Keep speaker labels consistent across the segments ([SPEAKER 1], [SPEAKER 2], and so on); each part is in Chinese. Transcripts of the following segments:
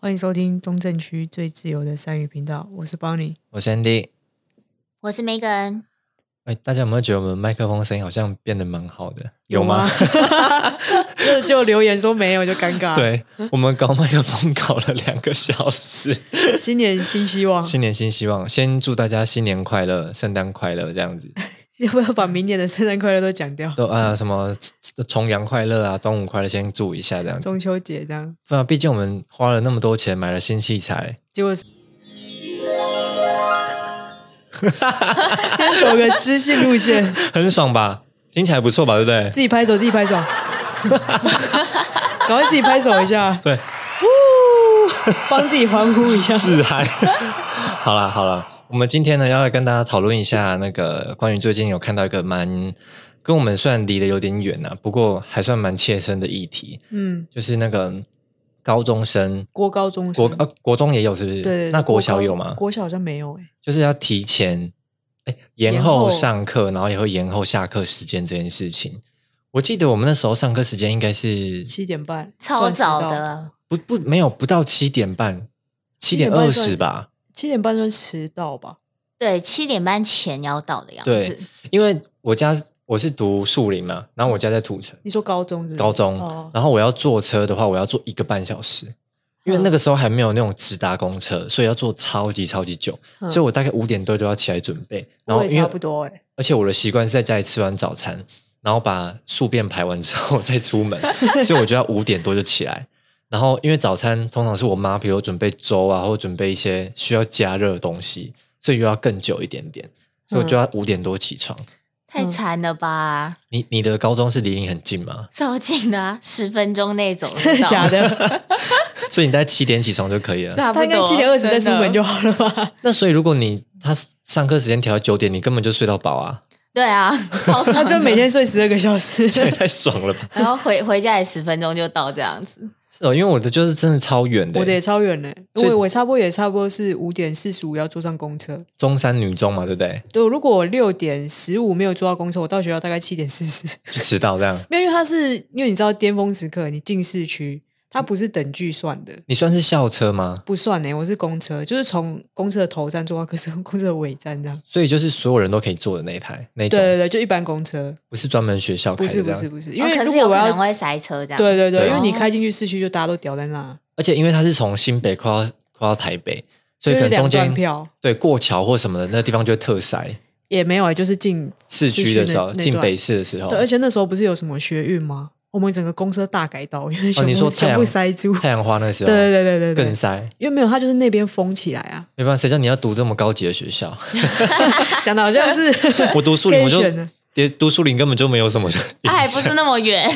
[SPEAKER 1] 欢迎收听中正区最自由的三语频道，我是邦尼。
[SPEAKER 2] 我是 Andy。
[SPEAKER 3] 我是 Megan，
[SPEAKER 2] 哎，大家有没有觉得我们麦克风声音好像变得蛮好的？有吗？
[SPEAKER 1] 这就留言说没有就尴尬。，
[SPEAKER 2] 对，我们搞麦克风搞了两个小 时。
[SPEAKER 1] 新年新希望，
[SPEAKER 2] 新年新希望，先祝大家新年快乐，圣诞快乐，这样子。
[SPEAKER 1] 要不要把明年的圣诞快乐都讲掉？
[SPEAKER 2] 都 啊、什么重阳快乐啊，端午快乐，先祝一下这样子。
[SPEAKER 1] 中秋节这样，
[SPEAKER 2] 对啊，毕竟我们花了那么多钱买了新器材，
[SPEAKER 1] 结果是。 先走个知性路线，
[SPEAKER 2] 很爽吧？听起来不错吧？对不对？
[SPEAKER 1] 自己拍手，自己拍 手，赶快自己拍手一下，
[SPEAKER 2] 对，
[SPEAKER 1] 帮自己欢呼一下。
[SPEAKER 2] 自嗨。 好啦好啦，我们今天呢要来跟大家讨论一下那个关于最近有看到一个蛮跟我们虽然离得有点远啊，不过还算蛮切身的议题，
[SPEAKER 1] 嗯，
[SPEAKER 2] 就是那个高中生。
[SPEAKER 1] 国高中生
[SPEAKER 2] 国啊，国中也有是不是？
[SPEAKER 1] 对对对
[SPEAKER 2] 那国小
[SPEAKER 1] 高
[SPEAKER 2] 有吗？
[SPEAKER 1] 国小好像没有哎，
[SPEAKER 2] 就是要提前哎延
[SPEAKER 1] 延
[SPEAKER 2] 后
[SPEAKER 1] 后
[SPEAKER 2] 上课，然后也会延后下课时间这件事情。我记得我们那时候上课时间应该是
[SPEAKER 1] 七点半，
[SPEAKER 3] 超
[SPEAKER 1] 算
[SPEAKER 3] 早
[SPEAKER 1] 迟到，
[SPEAKER 3] 的，
[SPEAKER 2] 不不没有不到七点半，七点二
[SPEAKER 1] 7:20
[SPEAKER 2] 十吧。
[SPEAKER 1] 七点半算迟到吧？
[SPEAKER 3] 对，七点半前要到的样
[SPEAKER 2] 对
[SPEAKER 3] 子。
[SPEAKER 2] 因为我家我是读树林嘛，然后我家在土城
[SPEAKER 1] 你说高中是不是
[SPEAKER 2] 高中，
[SPEAKER 1] 哦，
[SPEAKER 2] 然后我要坐车的话，我要坐一个半小时。
[SPEAKER 1] 嗯
[SPEAKER 2] 因为那个时候还没有那种直达公车，所以要坐超级超级久，
[SPEAKER 1] 嗯
[SPEAKER 2] 所以我大概五点多就要起来准备。然
[SPEAKER 1] 我
[SPEAKER 2] 后
[SPEAKER 1] 也
[SPEAKER 2] 因
[SPEAKER 1] 差
[SPEAKER 2] 为
[SPEAKER 1] 不多哎、
[SPEAKER 2] 而且我的习惯是在家里吃完早餐，然后把宿便排完之后 再 出门，所以我就要五点多就起来。然后因为早餐通常是我妈，比如准备粥啊，或准备一些需要加热的东西，所以又要更久一点点，所以
[SPEAKER 1] 嗯
[SPEAKER 2] 我就要五点多起床。
[SPEAKER 3] 太惨了吧，
[SPEAKER 2] 你你的高中是离你很近吗？
[SPEAKER 3] 超近的啊，十分钟内走得到，
[SPEAKER 1] 真的假 的？
[SPEAKER 2] 所以你大概七点起床就可以了。
[SPEAKER 3] 差不
[SPEAKER 1] 他
[SPEAKER 3] 多？
[SPEAKER 1] 应该七点二十再出门就
[SPEAKER 3] 真的
[SPEAKER 1] 好了吧？
[SPEAKER 2] 那所以如果你他上课时间调到九点，你根本就睡到饱啊，
[SPEAKER 3] 对啊，超爽
[SPEAKER 1] 他
[SPEAKER 3] 的。
[SPEAKER 1] 就每天睡十二个小时，
[SPEAKER 2] 这也太爽了吧！
[SPEAKER 3] 然后回回家也十分钟就到这样子，
[SPEAKER 2] 是哦，因为我的就是真的超远的
[SPEAKER 1] 我的也
[SPEAKER 2] 欸，
[SPEAKER 1] 超远嘞、
[SPEAKER 2] 所以
[SPEAKER 1] 我我差不多也差不多是五点四十五要坐上公车。
[SPEAKER 2] 中山女中嘛，对不对？
[SPEAKER 1] 对，如果我六点十五没有坐到公车，我到学校大概七点四十。
[SPEAKER 2] 就迟到这样。
[SPEAKER 1] 没有，因为它是因为你知道巅峰时刻你进市区，它不是等距算的。
[SPEAKER 2] 你算是校车吗？
[SPEAKER 1] 不算呢、我是公车，就是从公车的头站坐到公车公车的尾站这样。
[SPEAKER 2] 所以就是所有人都可以坐的那一台那
[SPEAKER 1] 对
[SPEAKER 2] 种，
[SPEAKER 1] 对对，就一般公车，
[SPEAKER 2] 不是专门学校开
[SPEAKER 1] 不
[SPEAKER 2] 的这
[SPEAKER 1] 是
[SPEAKER 2] 样。
[SPEAKER 1] 不是不是，因
[SPEAKER 3] 哦
[SPEAKER 1] 为
[SPEAKER 3] 可
[SPEAKER 1] 如
[SPEAKER 3] 是
[SPEAKER 1] 果
[SPEAKER 3] 有
[SPEAKER 1] 我
[SPEAKER 3] 可能
[SPEAKER 1] 要
[SPEAKER 3] 会塞车这样。
[SPEAKER 1] 对对对，
[SPEAKER 2] 对啊
[SPEAKER 1] 因为
[SPEAKER 3] 哦
[SPEAKER 1] 你开进去市区就大家都屌在那，
[SPEAKER 2] 而且因为它是从新北跨到跨到台北，所以
[SPEAKER 1] 就
[SPEAKER 2] 可
[SPEAKER 1] 是
[SPEAKER 2] 能
[SPEAKER 1] 两
[SPEAKER 2] 中间
[SPEAKER 1] 段票
[SPEAKER 2] 对过桥或什么的那地方就会特塞。
[SPEAKER 1] 也没有、欸，就是进
[SPEAKER 2] 市区的时候，
[SPEAKER 1] 市区那
[SPEAKER 2] 进
[SPEAKER 1] 那段
[SPEAKER 2] 北市的时候，
[SPEAKER 1] 对，而且那时候不是有什么学运吗？我们整个公车大改道，因为全
[SPEAKER 2] 哦，
[SPEAKER 1] 部、
[SPEAKER 2] 你说太
[SPEAKER 1] 全部
[SPEAKER 2] 阳
[SPEAKER 1] 塞住。
[SPEAKER 2] 太阳花那时
[SPEAKER 1] 对
[SPEAKER 2] 候，
[SPEAKER 1] 对对对对
[SPEAKER 2] 更
[SPEAKER 1] 对，
[SPEAKER 2] 塞。
[SPEAKER 1] 因为没有它就是那边封起来 啊，
[SPEAKER 2] 没办法，谁叫你要读这么高级的学 校？
[SPEAKER 1] 讲的好像是
[SPEAKER 2] 我读树林，我就
[SPEAKER 1] 可以选的
[SPEAKER 2] 也读树林根本就没有什么 的
[SPEAKER 3] 啊，还不是那么远，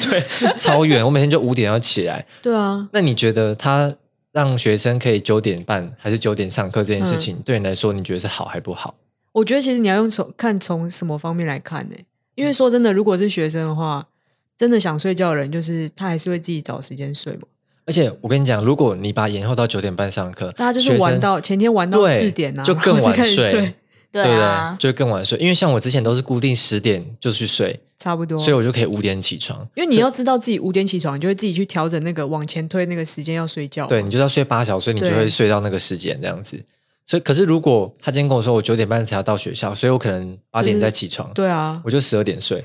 [SPEAKER 2] 超远，我每天就五点要起来。
[SPEAKER 1] 对啊，
[SPEAKER 2] 那你觉得他让学生可以九点半还是九点上课这件事情，
[SPEAKER 1] 嗯
[SPEAKER 2] 对你来说，你觉得是好还不好？
[SPEAKER 1] 我觉得其实你要用从看从什么方面来看呢、欸因为说真的，如果是学生的话，真的想睡觉的人，就是他还是会自己找时间睡嘛。
[SPEAKER 2] 而且我跟你讲，如果你把延后到九点半上课，
[SPEAKER 1] 大家就
[SPEAKER 2] 学
[SPEAKER 1] 是
[SPEAKER 2] 生
[SPEAKER 1] 玩到前天玩到
[SPEAKER 2] 对
[SPEAKER 1] 四点啊，
[SPEAKER 2] 就更
[SPEAKER 1] 然后
[SPEAKER 2] 晚
[SPEAKER 1] 开始睡，
[SPEAKER 3] 对
[SPEAKER 2] 不
[SPEAKER 3] 啊，
[SPEAKER 2] 就更晚睡。因为像我之前都是固定十点就去睡，
[SPEAKER 1] 差不多。啊
[SPEAKER 2] 所以我就可以五点起床。
[SPEAKER 1] 因为你要知道自己五点起床，你就会自己去调整那个往前推那个时间要睡觉。
[SPEAKER 2] 对，你就是要睡八小时，你就
[SPEAKER 1] 对
[SPEAKER 2] 会睡到那个时间这样子。所以，可是如果他今天跟我说我九点半才要到学校，所以我可能八点再起床，
[SPEAKER 1] 对啊，
[SPEAKER 2] 我就十二点睡，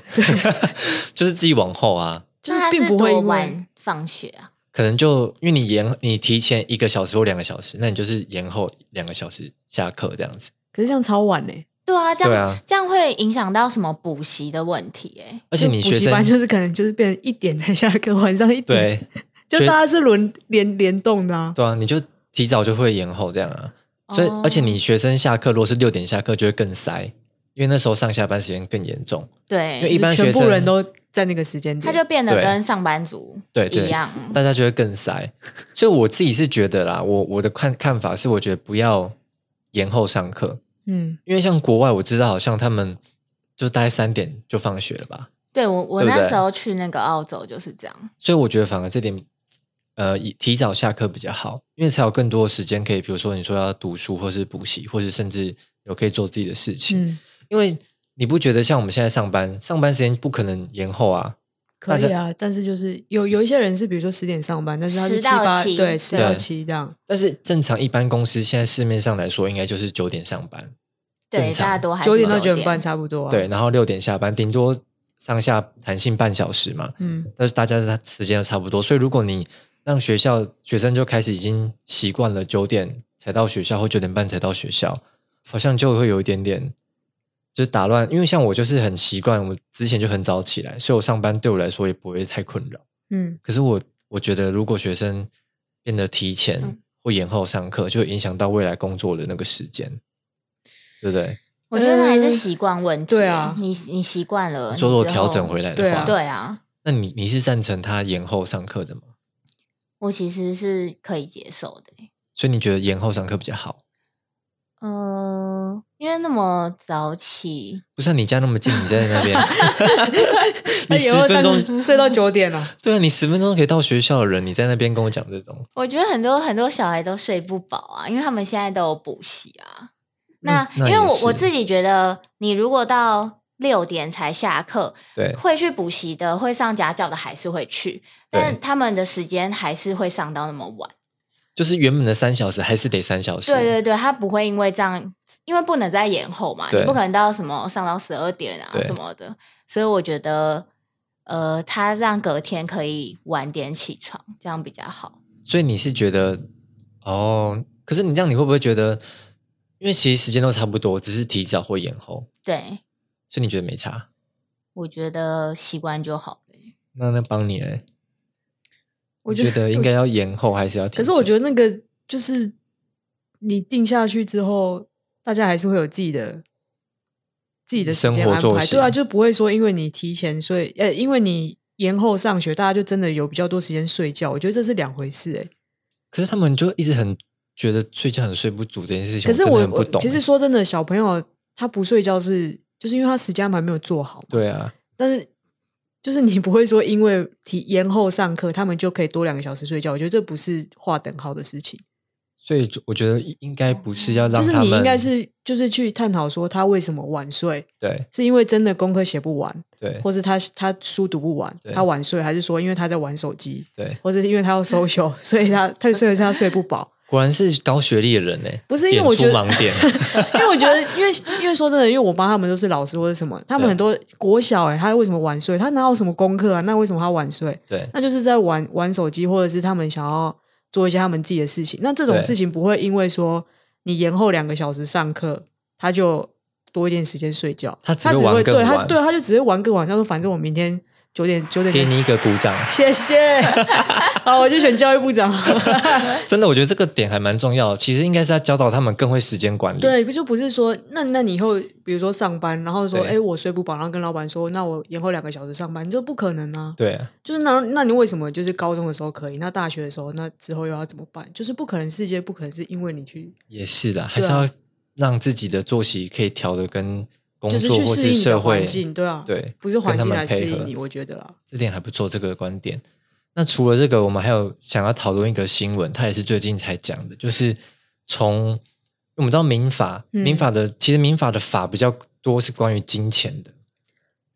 [SPEAKER 2] 就是自己往后啊。
[SPEAKER 1] 就
[SPEAKER 3] 那他
[SPEAKER 1] 并
[SPEAKER 3] 是
[SPEAKER 1] 不会
[SPEAKER 3] 多
[SPEAKER 1] 因为
[SPEAKER 3] 晚放学啊？
[SPEAKER 2] 可能就因为你延你提前一个小时或两个小时，那你就是延后两个小时下课这样子。
[SPEAKER 1] 可是这样超晚呢、
[SPEAKER 3] 对啊，这
[SPEAKER 2] 对
[SPEAKER 3] 样、
[SPEAKER 2] 啊
[SPEAKER 3] 这样会影响到什么补习的问题、欸？
[SPEAKER 2] 而且你
[SPEAKER 1] 就
[SPEAKER 2] 学
[SPEAKER 1] 补习
[SPEAKER 2] 生
[SPEAKER 1] 班 就是可能就是变成一点才下课，晚上一点，
[SPEAKER 2] 对
[SPEAKER 1] 就
[SPEAKER 2] 学
[SPEAKER 1] 大家是轮联联动的啊。
[SPEAKER 2] 对啊，你就提早就会延后这样啊。所以，
[SPEAKER 3] 哦
[SPEAKER 2] 而且你学生下课如果是六点下课，就会更塞，因为那时候上下班时间更严重。
[SPEAKER 3] 对，
[SPEAKER 2] 因为一般
[SPEAKER 1] 全
[SPEAKER 2] 学
[SPEAKER 1] 部
[SPEAKER 2] 生
[SPEAKER 1] 人都在那个时间
[SPEAKER 3] 他
[SPEAKER 1] 点，
[SPEAKER 3] 就变得
[SPEAKER 2] 对
[SPEAKER 3] 跟上班族
[SPEAKER 2] 对对
[SPEAKER 3] 一样。
[SPEAKER 2] 大家就会更塞。 所以我自己是觉得啦，我我的看看法是，我觉得不要延后上课，
[SPEAKER 1] 嗯，
[SPEAKER 2] 因为像国外我知道，好像他们就大概三点就放学了吧，
[SPEAKER 3] 对我，我
[SPEAKER 2] 对不对
[SPEAKER 3] 那时候去那个澳洲就是这样。
[SPEAKER 2] 所以我觉得反而这点。呃，以提早下课比较好，因为才有更多的时间可以，比如说你说要读书，或是补习，或是甚至有可以做自己的事情。
[SPEAKER 1] 嗯，
[SPEAKER 2] 因为你不觉得像我们现在上班，上班时间不可能延后啊？
[SPEAKER 1] 可
[SPEAKER 2] 大
[SPEAKER 1] 以
[SPEAKER 2] 家
[SPEAKER 1] 啊，但是就是有有一些人是比如说十点上班，但是他是
[SPEAKER 3] 10
[SPEAKER 1] 七
[SPEAKER 3] 到
[SPEAKER 1] 八
[SPEAKER 3] 7
[SPEAKER 1] 对十到
[SPEAKER 2] 对
[SPEAKER 1] 七这样，
[SPEAKER 2] 但是正常一般公司现在市面上来说，应该就是九点上班，
[SPEAKER 3] 对，
[SPEAKER 2] 正常
[SPEAKER 3] 大家都还是
[SPEAKER 1] 九点到九
[SPEAKER 3] 九
[SPEAKER 1] 点半差不多、啊。
[SPEAKER 2] 对，，然后六点下班，顶多上下弹性半小时嘛。
[SPEAKER 1] 嗯，
[SPEAKER 2] 但是大家的时间都差不多，所以如果你让学校学生就开始已经习惯了九点才到学校或九点半才到学校，好像就会有一点点就是打乱。因为像我就是很习惯，我之前就很早起来，所以我上班对我来说也不会太困扰。
[SPEAKER 1] 嗯，
[SPEAKER 2] 可是我我觉得，如果学生变得提前
[SPEAKER 3] 嗯
[SPEAKER 2] 或延后上课，就会影响到未来工作的那个时间，对不对？
[SPEAKER 3] 我觉得那还是习惯问题。
[SPEAKER 1] 嗯呃对啊
[SPEAKER 3] 你你习惯了，
[SPEAKER 2] 说如果调整
[SPEAKER 3] 来。
[SPEAKER 2] 回来
[SPEAKER 1] 对
[SPEAKER 2] 的
[SPEAKER 1] 啊
[SPEAKER 2] 话，
[SPEAKER 3] 对啊，
[SPEAKER 2] 那你你是赞成他延后上课的吗？
[SPEAKER 3] 我其实是可以接受的欸、
[SPEAKER 2] 所以你觉得延后上课比较好？
[SPEAKER 3] 呃，因为那么早起，
[SPEAKER 2] 不是、啊、你家那么近，你在那 边，
[SPEAKER 1] 那
[SPEAKER 2] 你
[SPEAKER 1] 以
[SPEAKER 2] 十
[SPEAKER 1] 后上
[SPEAKER 2] 分钟，
[SPEAKER 1] 睡到九点了，
[SPEAKER 2] 对啊，你十分钟可以到学校的人，你在那边跟我讲这种，
[SPEAKER 3] 我觉得很多很多小孩都睡不饱啊，因为他们现在都有补习啊。那
[SPEAKER 2] 嗯、那
[SPEAKER 3] 因为
[SPEAKER 2] 也
[SPEAKER 3] 我我
[SPEAKER 2] 是
[SPEAKER 3] 自己觉得，你如果到六点才下课，
[SPEAKER 2] 对
[SPEAKER 3] 会去补习的、会上家教的还是会去，但
[SPEAKER 2] 对
[SPEAKER 3] 他们的时间还是会上到那么晚。
[SPEAKER 2] 就是原本的三小时还是得三小时，
[SPEAKER 3] 对对对，他不会因为这样，因为不能再延后嘛，你
[SPEAKER 2] 对
[SPEAKER 3] 不可能到什么上到十二点啊
[SPEAKER 2] 对
[SPEAKER 3] 什么的，所以我觉得，呃，他让隔天可以晚点起床，这样比较好。
[SPEAKER 2] 所以你是觉得哦，可是你这样你会不会觉得，因为其实时间都差不多，只是提早或延后，
[SPEAKER 3] 对，
[SPEAKER 2] 所以你觉得没差？
[SPEAKER 3] 我觉得习惯就好了。
[SPEAKER 2] 那那帮你嘞，
[SPEAKER 1] 我
[SPEAKER 2] 你觉
[SPEAKER 1] 觉
[SPEAKER 2] 得应该要延后还是要提
[SPEAKER 1] 可
[SPEAKER 2] 前？
[SPEAKER 1] 是我觉得那个就是你定下去之后，大家还是会有自己的自己的时间
[SPEAKER 2] 生活
[SPEAKER 1] 安
[SPEAKER 2] 作
[SPEAKER 1] 排，
[SPEAKER 2] 息
[SPEAKER 1] 对啊，就不会说因为你提前，所以呃，因为你延后上学，大家就真的有比较多时间睡觉。我觉得这是两回事、欸，哎。
[SPEAKER 2] 可是他们就一直很觉得睡觉很睡不足这件事情，
[SPEAKER 1] 可是
[SPEAKER 2] 真
[SPEAKER 1] 我
[SPEAKER 2] 的很
[SPEAKER 1] 我
[SPEAKER 2] 不懂。欸
[SPEAKER 1] 其实说真的，小朋友他不睡觉是就是因为他时间安排没有做好嘛，
[SPEAKER 2] 对啊，
[SPEAKER 1] 但是。就是你不会说因为提延后上课，他们就可以多两个小时睡觉。我觉得这不是划等号的事情。
[SPEAKER 2] 所以我觉得应该不是要
[SPEAKER 1] 就
[SPEAKER 2] 让
[SPEAKER 1] 是
[SPEAKER 2] 他们，
[SPEAKER 1] 你应该是就是去探讨说他为什么晚睡，
[SPEAKER 2] 对
[SPEAKER 1] 是因为真的功课写不完，
[SPEAKER 2] 对
[SPEAKER 1] 或是他他书读不完
[SPEAKER 2] 对，
[SPEAKER 1] 他晚睡，还是说因为他在玩手机，
[SPEAKER 2] 对，
[SPEAKER 1] 或者是因为他要收休，所以他他睡所以他睡不 饱。
[SPEAKER 2] 果然是高学历的人呢、
[SPEAKER 1] 不是因为我觉
[SPEAKER 2] 点
[SPEAKER 1] 得
[SPEAKER 2] 出盲点，
[SPEAKER 1] 因为我觉得，因为因为说真的，因为我妈他们都是老师或者什么，他们
[SPEAKER 2] 对
[SPEAKER 1] 很多国小哎、他为什么晚睡？他哪有什么功课啊？那为什么他晚睡？
[SPEAKER 2] 对
[SPEAKER 1] 那就是在玩玩手机，或者是他们想要做一些他们自己的事情。那这种
[SPEAKER 2] 对
[SPEAKER 1] 事情不会因为说你延后两个小时上课，他就多一点时间睡觉。
[SPEAKER 2] 他只
[SPEAKER 1] 他
[SPEAKER 2] 会
[SPEAKER 1] 只会
[SPEAKER 2] 玩更
[SPEAKER 1] 对他
[SPEAKER 2] 晚
[SPEAKER 1] 对他就只会玩个晚上，说反正我明天九点九点
[SPEAKER 2] 给
[SPEAKER 1] 再
[SPEAKER 2] 你一个鼓掌。
[SPEAKER 1] 谢谢。 好，我就选教育部长。
[SPEAKER 2] 真的，我觉得这个点还蛮重要的。其实应该是要教导他们更会时间管理。
[SPEAKER 1] 对，就不是说，那那你以后比如说上班，然后说，
[SPEAKER 2] 对
[SPEAKER 1] 哎，我睡不饱，然后跟老板说，那我延后两个小时上班，这不可能啊！
[SPEAKER 2] 对啊，
[SPEAKER 1] 就是那那你为什么就是高中的时候可以，那大学的时候，那之后又要怎么办？就是不可能，世界不可能是因为你去，
[SPEAKER 2] 也是的，还是
[SPEAKER 1] 对啊
[SPEAKER 2] 要让自己的作息可以调的跟工
[SPEAKER 1] 就是
[SPEAKER 2] 作
[SPEAKER 1] 去
[SPEAKER 2] 或
[SPEAKER 1] 适应你
[SPEAKER 2] 社
[SPEAKER 1] 的
[SPEAKER 2] 会
[SPEAKER 1] 环境，对啊，
[SPEAKER 2] 对
[SPEAKER 1] 不是环
[SPEAKER 2] 跟他
[SPEAKER 1] 境
[SPEAKER 2] 们
[SPEAKER 1] 来适
[SPEAKER 2] 配合
[SPEAKER 1] 应你，我觉得啦，
[SPEAKER 2] 这点还不错，这个观点。那除了这个，我们还有想要讨论一个新闻，它也是最近才讲的，就是从我们知道民法，
[SPEAKER 1] 嗯
[SPEAKER 2] 民法的其实民法的法比较多是关于金钱的，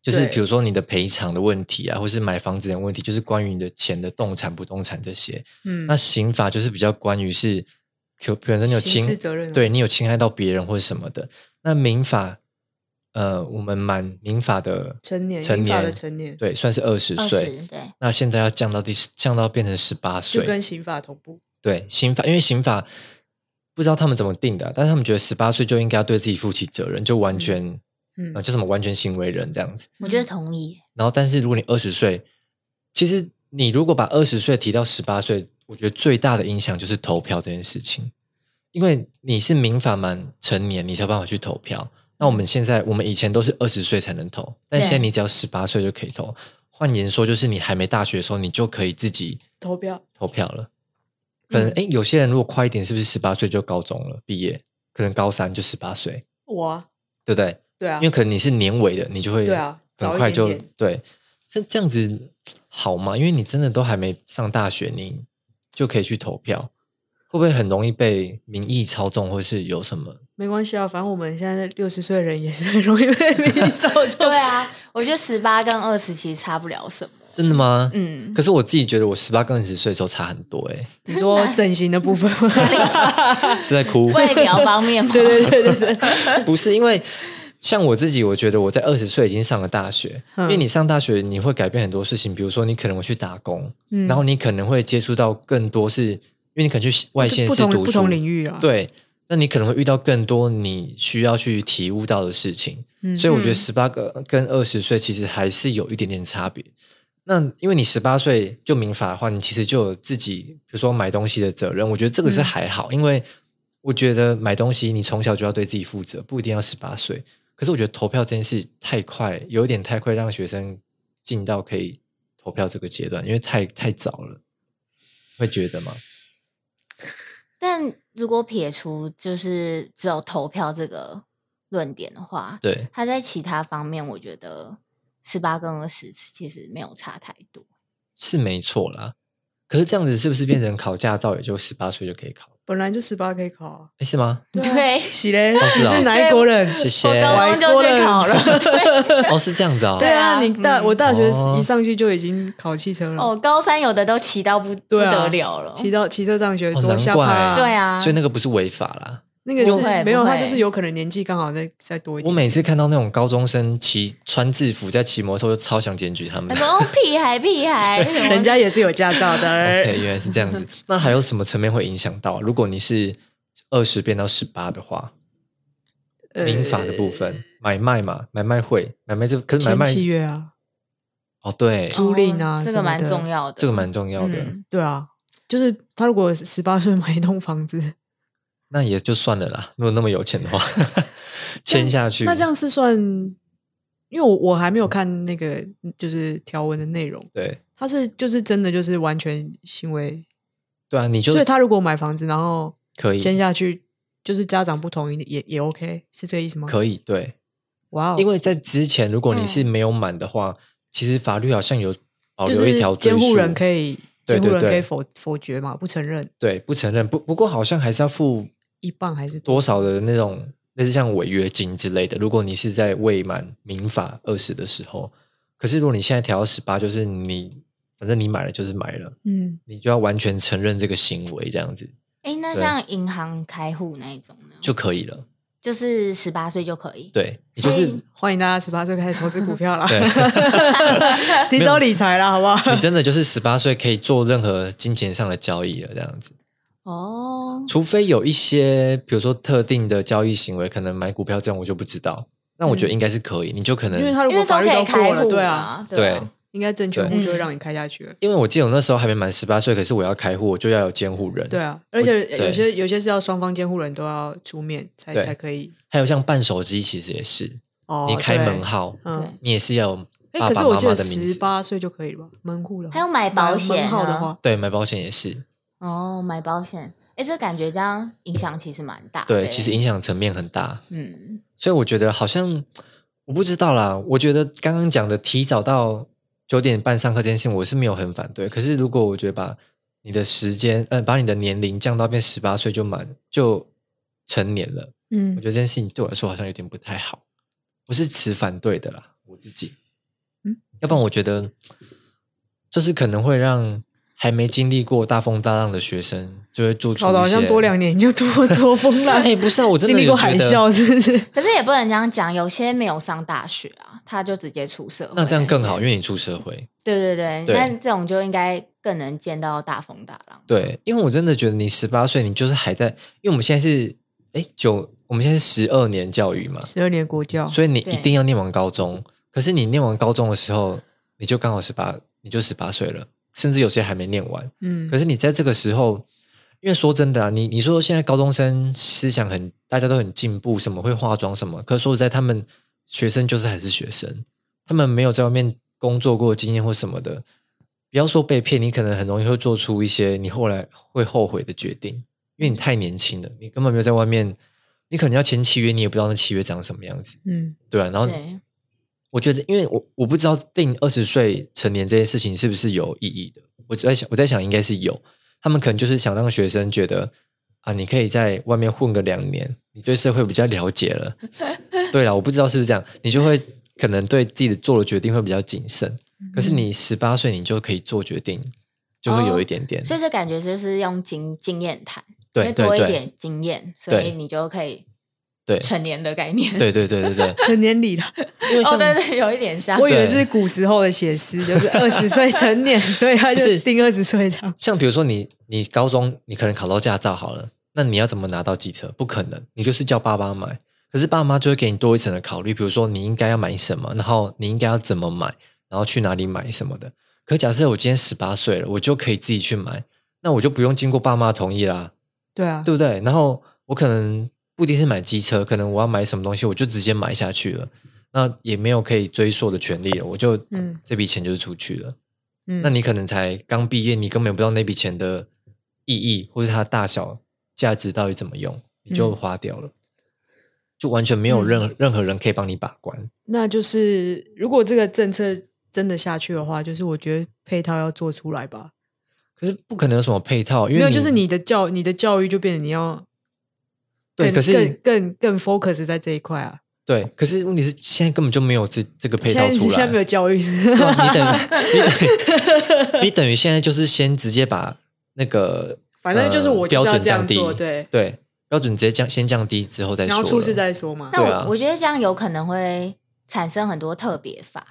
[SPEAKER 2] 就是
[SPEAKER 1] 对
[SPEAKER 2] 比如说你的赔偿的问题啊，或是买房子的问题，就是关于你的钱的动产、不动产这些。
[SPEAKER 1] 嗯
[SPEAKER 2] 那，刑法就是比较关于是，可比如说你有
[SPEAKER 1] 刑
[SPEAKER 2] 侵
[SPEAKER 1] 事责任啊
[SPEAKER 2] 对你有侵害到别人或者什么的。那民法，呃，我们满民法的
[SPEAKER 1] 成年，
[SPEAKER 2] 成
[SPEAKER 1] 民法
[SPEAKER 2] 年
[SPEAKER 1] 的成年，
[SPEAKER 2] 对，算是二十
[SPEAKER 3] 二
[SPEAKER 2] 岁
[SPEAKER 3] 十。对，
[SPEAKER 2] 那现在要降到第十降到变成十八
[SPEAKER 1] 就跟
[SPEAKER 2] 岁，
[SPEAKER 1] 刑法同步，
[SPEAKER 2] 对刑法，因为刑法不知道他们怎么定的啊，但是他们觉得十八岁就应该要对自己负起责任，就完全、
[SPEAKER 1] 嗯
[SPEAKER 2] 呃，，叫什么完全行为人这样子。
[SPEAKER 3] 我觉得 同意。
[SPEAKER 2] 然后，但是如果你二十岁，其实你如果把二十岁提到十八岁，我觉得最大的影响就是投票这件事情，因为你是民法满成年，你才有办法去投票。那我们现在，我们以前都是二十岁才能投，但
[SPEAKER 3] 对
[SPEAKER 2] 现在你只要十八岁就可以投。换言说，就是你还没大学的时候，你就可以自己
[SPEAKER 1] 投票，
[SPEAKER 2] 投票了。可能
[SPEAKER 1] 嗯
[SPEAKER 2] 诶，有些人如果快一点，是不是十八岁就高中了毕业？可能高三就十八岁，
[SPEAKER 1] 我啊，
[SPEAKER 2] 对不对？
[SPEAKER 1] 对啊
[SPEAKER 2] 因为，可能你是年尾的，你就会
[SPEAKER 1] 对啊
[SPEAKER 2] 很
[SPEAKER 1] 早一
[SPEAKER 2] 快就
[SPEAKER 1] 点点
[SPEAKER 2] 对。这这样子好吗？因为你真的都还没上大学，你就可以去投票，会不会很容易被民意操纵，或是有什么？
[SPEAKER 1] 没关系啊，反正我们现在六十岁的 人也是很容易被民意操纵，
[SPEAKER 3] 对啊，我觉得十八跟二十其实差不了什么。
[SPEAKER 2] 真的吗？
[SPEAKER 3] 嗯，。
[SPEAKER 2] 可是我自己觉得我十八跟二十岁的时候差很多哎、
[SPEAKER 1] 你说整形的部分吗，
[SPEAKER 2] 是在哭
[SPEAKER 3] 外表方面 嘛，对对对，
[SPEAKER 2] 不是因为像我自己，我觉得我在二十岁已经上了大学，
[SPEAKER 1] 嗯
[SPEAKER 2] 因为你上大学你会改变很多事情，比如说你可能会去打工，
[SPEAKER 1] 嗯
[SPEAKER 2] 然后你可能会接触到更多是，因为你可能去外县
[SPEAKER 1] 嗯不
[SPEAKER 2] 市
[SPEAKER 1] 同
[SPEAKER 2] 读书，
[SPEAKER 1] 不同领域啊，，
[SPEAKER 2] 对，那你可能会遇到更多你需要去体悟到的事情。
[SPEAKER 1] 嗯
[SPEAKER 2] 所以我觉得
[SPEAKER 3] 嗯
[SPEAKER 2] 十八个跟二十岁其实还是有一点点差别。那因为你十八岁就民法的话，你其实就有自己，比如说买东西的责任。我觉得这个是
[SPEAKER 1] 嗯
[SPEAKER 2] 还好，因为我觉得买东西你从小就要对自己负责，不一定要十八岁。可是我觉得投票这件事太快，有一点太快，让学生进到可以投票这个阶段，因为太太早了，会觉得吗？
[SPEAKER 3] 但如果撇除就是只有投票这个论点的话，
[SPEAKER 2] 对，
[SPEAKER 3] 他在其他方面，我觉得十八跟二十其实没有差太多。
[SPEAKER 2] 是没错啦。可是这样子是不是变成考驾照也就十八岁就可以考？
[SPEAKER 1] 本来就十八可以考啊，
[SPEAKER 2] 哎，是吗？
[SPEAKER 3] 对，
[SPEAKER 1] 喜嘞，你
[SPEAKER 2] 是啊
[SPEAKER 1] 是哪一国人？
[SPEAKER 2] 谢谢
[SPEAKER 3] 我。高中就去考了。 对，
[SPEAKER 2] 哦，是这样子哦。
[SPEAKER 1] 对啊，
[SPEAKER 3] 对啊
[SPEAKER 1] 你大
[SPEAKER 3] 嗯
[SPEAKER 1] 我大学
[SPEAKER 2] 哦
[SPEAKER 1] 一上去就已经考汽车
[SPEAKER 3] 哦，
[SPEAKER 1] 了，
[SPEAKER 3] 高三有的都骑到不不
[SPEAKER 1] 对啊
[SPEAKER 3] 得了了，
[SPEAKER 1] 骑到骑车上学，
[SPEAKER 2] 哦
[SPEAKER 1] 左下
[SPEAKER 2] 难怪
[SPEAKER 1] 趴，
[SPEAKER 3] 对，啊，
[SPEAKER 2] 所以那个不是违法啦。
[SPEAKER 1] 那个
[SPEAKER 3] 不
[SPEAKER 1] 是
[SPEAKER 3] 会
[SPEAKER 1] 没有，
[SPEAKER 3] 不
[SPEAKER 1] 他
[SPEAKER 3] 会
[SPEAKER 1] 就是有可能年纪刚好再再多一
[SPEAKER 2] 我
[SPEAKER 1] 点。
[SPEAKER 2] 每次看到那种高中生骑穿制服在骑摩托车，我就超想检举他们
[SPEAKER 3] 他。说哦屁孩屁孩，
[SPEAKER 1] 人家也是有驾照
[SPEAKER 3] 哎
[SPEAKER 2] OK，
[SPEAKER 1] 的，
[SPEAKER 2] 原来是这样子。那还有什么层面会影响到？如果你是二十变到十八的话，
[SPEAKER 1] 呃
[SPEAKER 2] 民法的部分，买卖嘛，买卖会，买卖这可是买
[SPEAKER 1] 签
[SPEAKER 2] 卖
[SPEAKER 1] 契约啊，
[SPEAKER 2] 哦，对，
[SPEAKER 1] 租赁啊
[SPEAKER 3] 哦
[SPEAKER 1] 什么
[SPEAKER 3] 这个蛮
[SPEAKER 1] 的
[SPEAKER 3] 重要的，
[SPEAKER 2] 这个蛮重要的。
[SPEAKER 3] 嗯
[SPEAKER 1] 对啊，就是他如果十八岁买一栋房子，
[SPEAKER 2] 那也就算了啦。如果那么有钱的话，签下去。
[SPEAKER 1] 那这样是算，因为我我还没有看那个就是条文的内容，
[SPEAKER 2] 对
[SPEAKER 1] 他是就是真的就是完全行为，
[SPEAKER 2] 对啊，你就
[SPEAKER 1] 所以他如果买房子然后
[SPEAKER 2] 可以
[SPEAKER 1] 签下去，就是家长不同意也也 OK，是这个意思吗？
[SPEAKER 2] 可以对，
[SPEAKER 1] 哇哦，
[SPEAKER 2] 因为在之前如果你是
[SPEAKER 3] 嗯
[SPEAKER 2] 没有满的话，其实法律好像有保
[SPEAKER 1] 就
[SPEAKER 2] 留一
[SPEAKER 1] 是
[SPEAKER 2] 条追
[SPEAKER 1] 监护
[SPEAKER 2] 溯
[SPEAKER 1] 人可以，
[SPEAKER 2] 对
[SPEAKER 1] 监护
[SPEAKER 2] 对
[SPEAKER 1] 人
[SPEAKER 2] 对
[SPEAKER 1] 可以否否决嘛，不承认
[SPEAKER 2] 对不承认不不过好像还是要付
[SPEAKER 1] 一半还是
[SPEAKER 2] 多少的那种类似像违约金之类的。如果你是在未满民法二十的时候，可是如果你现在调到十八，就是你反正你买了就是买了，
[SPEAKER 1] 嗯，
[SPEAKER 2] 你就要完全承认这个行为这样子
[SPEAKER 3] 哎，那
[SPEAKER 2] 对
[SPEAKER 3] 像银行开户那一种呢，
[SPEAKER 2] 就可以了。
[SPEAKER 3] 就是十八岁就可以，
[SPEAKER 2] 对你就是
[SPEAKER 3] 所以
[SPEAKER 1] 欢迎大家十八岁开始投资股票啦，
[SPEAKER 2] 对。
[SPEAKER 1] 提早理财啦，好不好？
[SPEAKER 2] 你真的就是十八岁可以做任何金钱上的交易了，这样子。
[SPEAKER 3] 哦，
[SPEAKER 2] 除非有一些，比如说特定的交易行为，可能买股票这样，我就不知道。那我觉得应该是可以，你就可能
[SPEAKER 1] 嗯因为他如
[SPEAKER 3] 因
[SPEAKER 1] 果
[SPEAKER 3] 为
[SPEAKER 1] 法
[SPEAKER 3] 都
[SPEAKER 1] 律
[SPEAKER 3] 可
[SPEAKER 1] 都
[SPEAKER 3] 以
[SPEAKER 1] 过
[SPEAKER 3] 开
[SPEAKER 1] 了，
[SPEAKER 3] 户
[SPEAKER 1] 对啊，
[SPEAKER 3] 啊，
[SPEAKER 2] 对
[SPEAKER 3] 啊，
[SPEAKER 1] 应该证券户
[SPEAKER 3] 对
[SPEAKER 1] 就会让你开下去了。
[SPEAKER 2] 因为我记得我那时候还没满十八岁，可是我要开户，我就要有监护人。
[SPEAKER 1] 对，啊，而且
[SPEAKER 2] 对
[SPEAKER 1] 有些有些是要双方监护人都要出面才
[SPEAKER 2] 对
[SPEAKER 1] 才可以。
[SPEAKER 2] 还有像办手机，其实也是，
[SPEAKER 1] 哦，
[SPEAKER 2] 你开
[SPEAKER 1] 对
[SPEAKER 2] 门，号，
[SPEAKER 1] 嗯，
[SPEAKER 2] 你也是要有
[SPEAKER 1] 哎，
[SPEAKER 2] 爸
[SPEAKER 1] 可
[SPEAKER 2] 爸
[SPEAKER 1] 是我
[SPEAKER 2] 妈
[SPEAKER 1] 记
[SPEAKER 2] 妈
[SPEAKER 1] 得
[SPEAKER 2] 的名
[SPEAKER 1] 十
[SPEAKER 2] 字。
[SPEAKER 1] 八岁就可以了吧？门户
[SPEAKER 2] 嗯
[SPEAKER 1] 了，
[SPEAKER 3] 还有买保险
[SPEAKER 1] 门
[SPEAKER 3] 啊
[SPEAKER 1] 号的话，
[SPEAKER 2] 对，买保险也是，
[SPEAKER 3] 哦，买保险，哎，这感觉这样影响其实蛮大的欸，
[SPEAKER 2] 对，其实影响层面很大。
[SPEAKER 3] 嗯，
[SPEAKER 2] 所以我觉得好像我不知道啦。我觉得刚刚讲的提早到九点半上课这件事情，我是没有很反对。可是如果我觉得把你的时间，呃，把你的年龄降到变十八岁就满就成年了，我
[SPEAKER 1] 嗯
[SPEAKER 2] 觉得这件事情对我来说好像有点不太好。我是持反对的啦，我自己。
[SPEAKER 1] 嗯，
[SPEAKER 2] 要不然我觉得就是可能会让还没经历过大风大浪的学生就会做出
[SPEAKER 1] 搞得好
[SPEAKER 2] 一
[SPEAKER 1] 像
[SPEAKER 2] 些
[SPEAKER 1] 多两年就多多风浪
[SPEAKER 2] 哎、。不是啊，我真的
[SPEAKER 1] 经历
[SPEAKER 2] 有
[SPEAKER 1] 过
[SPEAKER 2] 觉
[SPEAKER 1] 海
[SPEAKER 2] 得
[SPEAKER 1] 啸，是不 是？
[SPEAKER 3] 可是也不能这样讲，有些没有上大学啊，他就直接出社会，
[SPEAKER 2] 那这样更好，因
[SPEAKER 3] 为
[SPEAKER 2] 为你出社会。
[SPEAKER 3] 对对对，
[SPEAKER 2] 对
[SPEAKER 3] 那这种就应该更能见到大风大浪，
[SPEAKER 2] 对，因为我真的觉得你十八岁，你就是还在，因为我们现在是哎九，我们现在是十二年教育嘛，
[SPEAKER 1] 十二年国教，
[SPEAKER 2] 所以你
[SPEAKER 3] 对
[SPEAKER 2] 一定要念完高中。可是你念完高中的时候，你就刚好十八，你就十八岁了，甚至有些还没念完。
[SPEAKER 1] 嗯
[SPEAKER 2] 可，是你在这个时候，因为说真的啊，你你说现在高中生思想很，大家都很进步，什么会化妆什么，可是说实在，他们学生就是还是学生，他们没有在外面工作过的经验或什么的，不要说被骗，你可能很容易会做出一些你后来会后悔的决定，因为你太年轻了，你根本没有在外面，你可能要签契约，你也不知道那契约长什么样子，
[SPEAKER 1] 嗯，
[SPEAKER 2] 对啊，然后
[SPEAKER 3] 对，
[SPEAKER 2] 我觉得，因为我我不知道定二十岁成年这件事情是不是有意义的。我在想，我在想应该是有，他们可能就是想让学生觉得啊，你可以在外面混个两年，你对社会比较了解 了。对了，我不知道是不是这样，你就会可能对自己的做的决定会比较谨慎。
[SPEAKER 3] 嗯
[SPEAKER 2] 可是你十八岁你就可以做决定，就会有一点点。
[SPEAKER 3] 哦所以这感觉就是用经经验谈，因
[SPEAKER 2] 对
[SPEAKER 3] 为
[SPEAKER 2] 对
[SPEAKER 3] 多一
[SPEAKER 2] 对
[SPEAKER 3] 点经验，所以
[SPEAKER 2] 对
[SPEAKER 3] 你就可以
[SPEAKER 2] 对
[SPEAKER 3] 成年的概念。
[SPEAKER 2] 对对对对 对，
[SPEAKER 1] 成年礼了，
[SPEAKER 2] 因为像
[SPEAKER 3] 哦，对对，有一点像
[SPEAKER 1] 我以为
[SPEAKER 2] 对
[SPEAKER 1] 是古时候的写诗，就是 二十岁成年，所以他
[SPEAKER 2] 不
[SPEAKER 1] 就是定二十岁这样。
[SPEAKER 2] 像比如说你你高中你可能考到驾照好了，那你要怎么拿到机车？不可能，你就是叫爸爸买。可是爸妈就会给你多一层的考虑，比如说你应该要买什么，然后你应该要怎么买，然后去哪里买什么的。可假设我今天十八岁了，我就可以自己去买，那我就不用经过爸妈同意啦，
[SPEAKER 1] 对啊，
[SPEAKER 2] 对不对？然后我可能不一定是买机车，可能我要买什么东西，我就直接买下去了，那也没有可以追溯的权利了，我就
[SPEAKER 1] 嗯
[SPEAKER 2] 这笔钱就出去了。
[SPEAKER 1] 嗯
[SPEAKER 2] 那你可能才刚毕业，你根本不知道那笔钱的意义或是它大小价值到底怎么用，你就
[SPEAKER 1] 嗯
[SPEAKER 2] 花掉了，就完全没有任何、任何人可以帮你把关。
[SPEAKER 1] 那就是如果这个政策真的下去的话，就是我觉得配套要做出来吧。
[SPEAKER 2] 可是不可能有什么配套，因
[SPEAKER 1] 没
[SPEAKER 2] 为
[SPEAKER 1] 有，就是你的教你的教育就变得你要
[SPEAKER 2] 对，
[SPEAKER 1] 更
[SPEAKER 2] 可
[SPEAKER 1] 更
[SPEAKER 2] 是
[SPEAKER 1] 更更 focus 在这一块啊。
[SPEAKER 2] 对，可是问题是现在根本就没有这这个配
[SPEAKER 1] 现
[SPEAKER 2] 套
[SPEAKER 1] 在
[SPEAKER 2] 出
[SPEAKER 1] 现在
[SPEAKER 2] 来
[SPEAKER 1] 没。有教育，
[SPEAKER 2] 对啊你等你等于你等于现在就是先直接把那个
[SPEAKER 1] 反正就是
[SPEAKER 2] 呃
[SPEAKER 1] 我就
[SPEAKER 2] 标
[SPEAKER 1] 是要
[SPEAKER 2] 准
[SPEAKER 1] 这样
[SPEAKER 2] 降低，
[SPEAKER 1] 做，对，
[SPEAKER 2] 对标准直接降先降低之后再说
[SPEAKER 1] 然
[SPEAKER 2] 了，
[SPEAKER 1] 后出事再说嘛。
[SPEAKER 3] 那我、
[SPEAKER 2] 对啊
[SPEAKER 3] 我觉得这样有可能会产生很多特别法。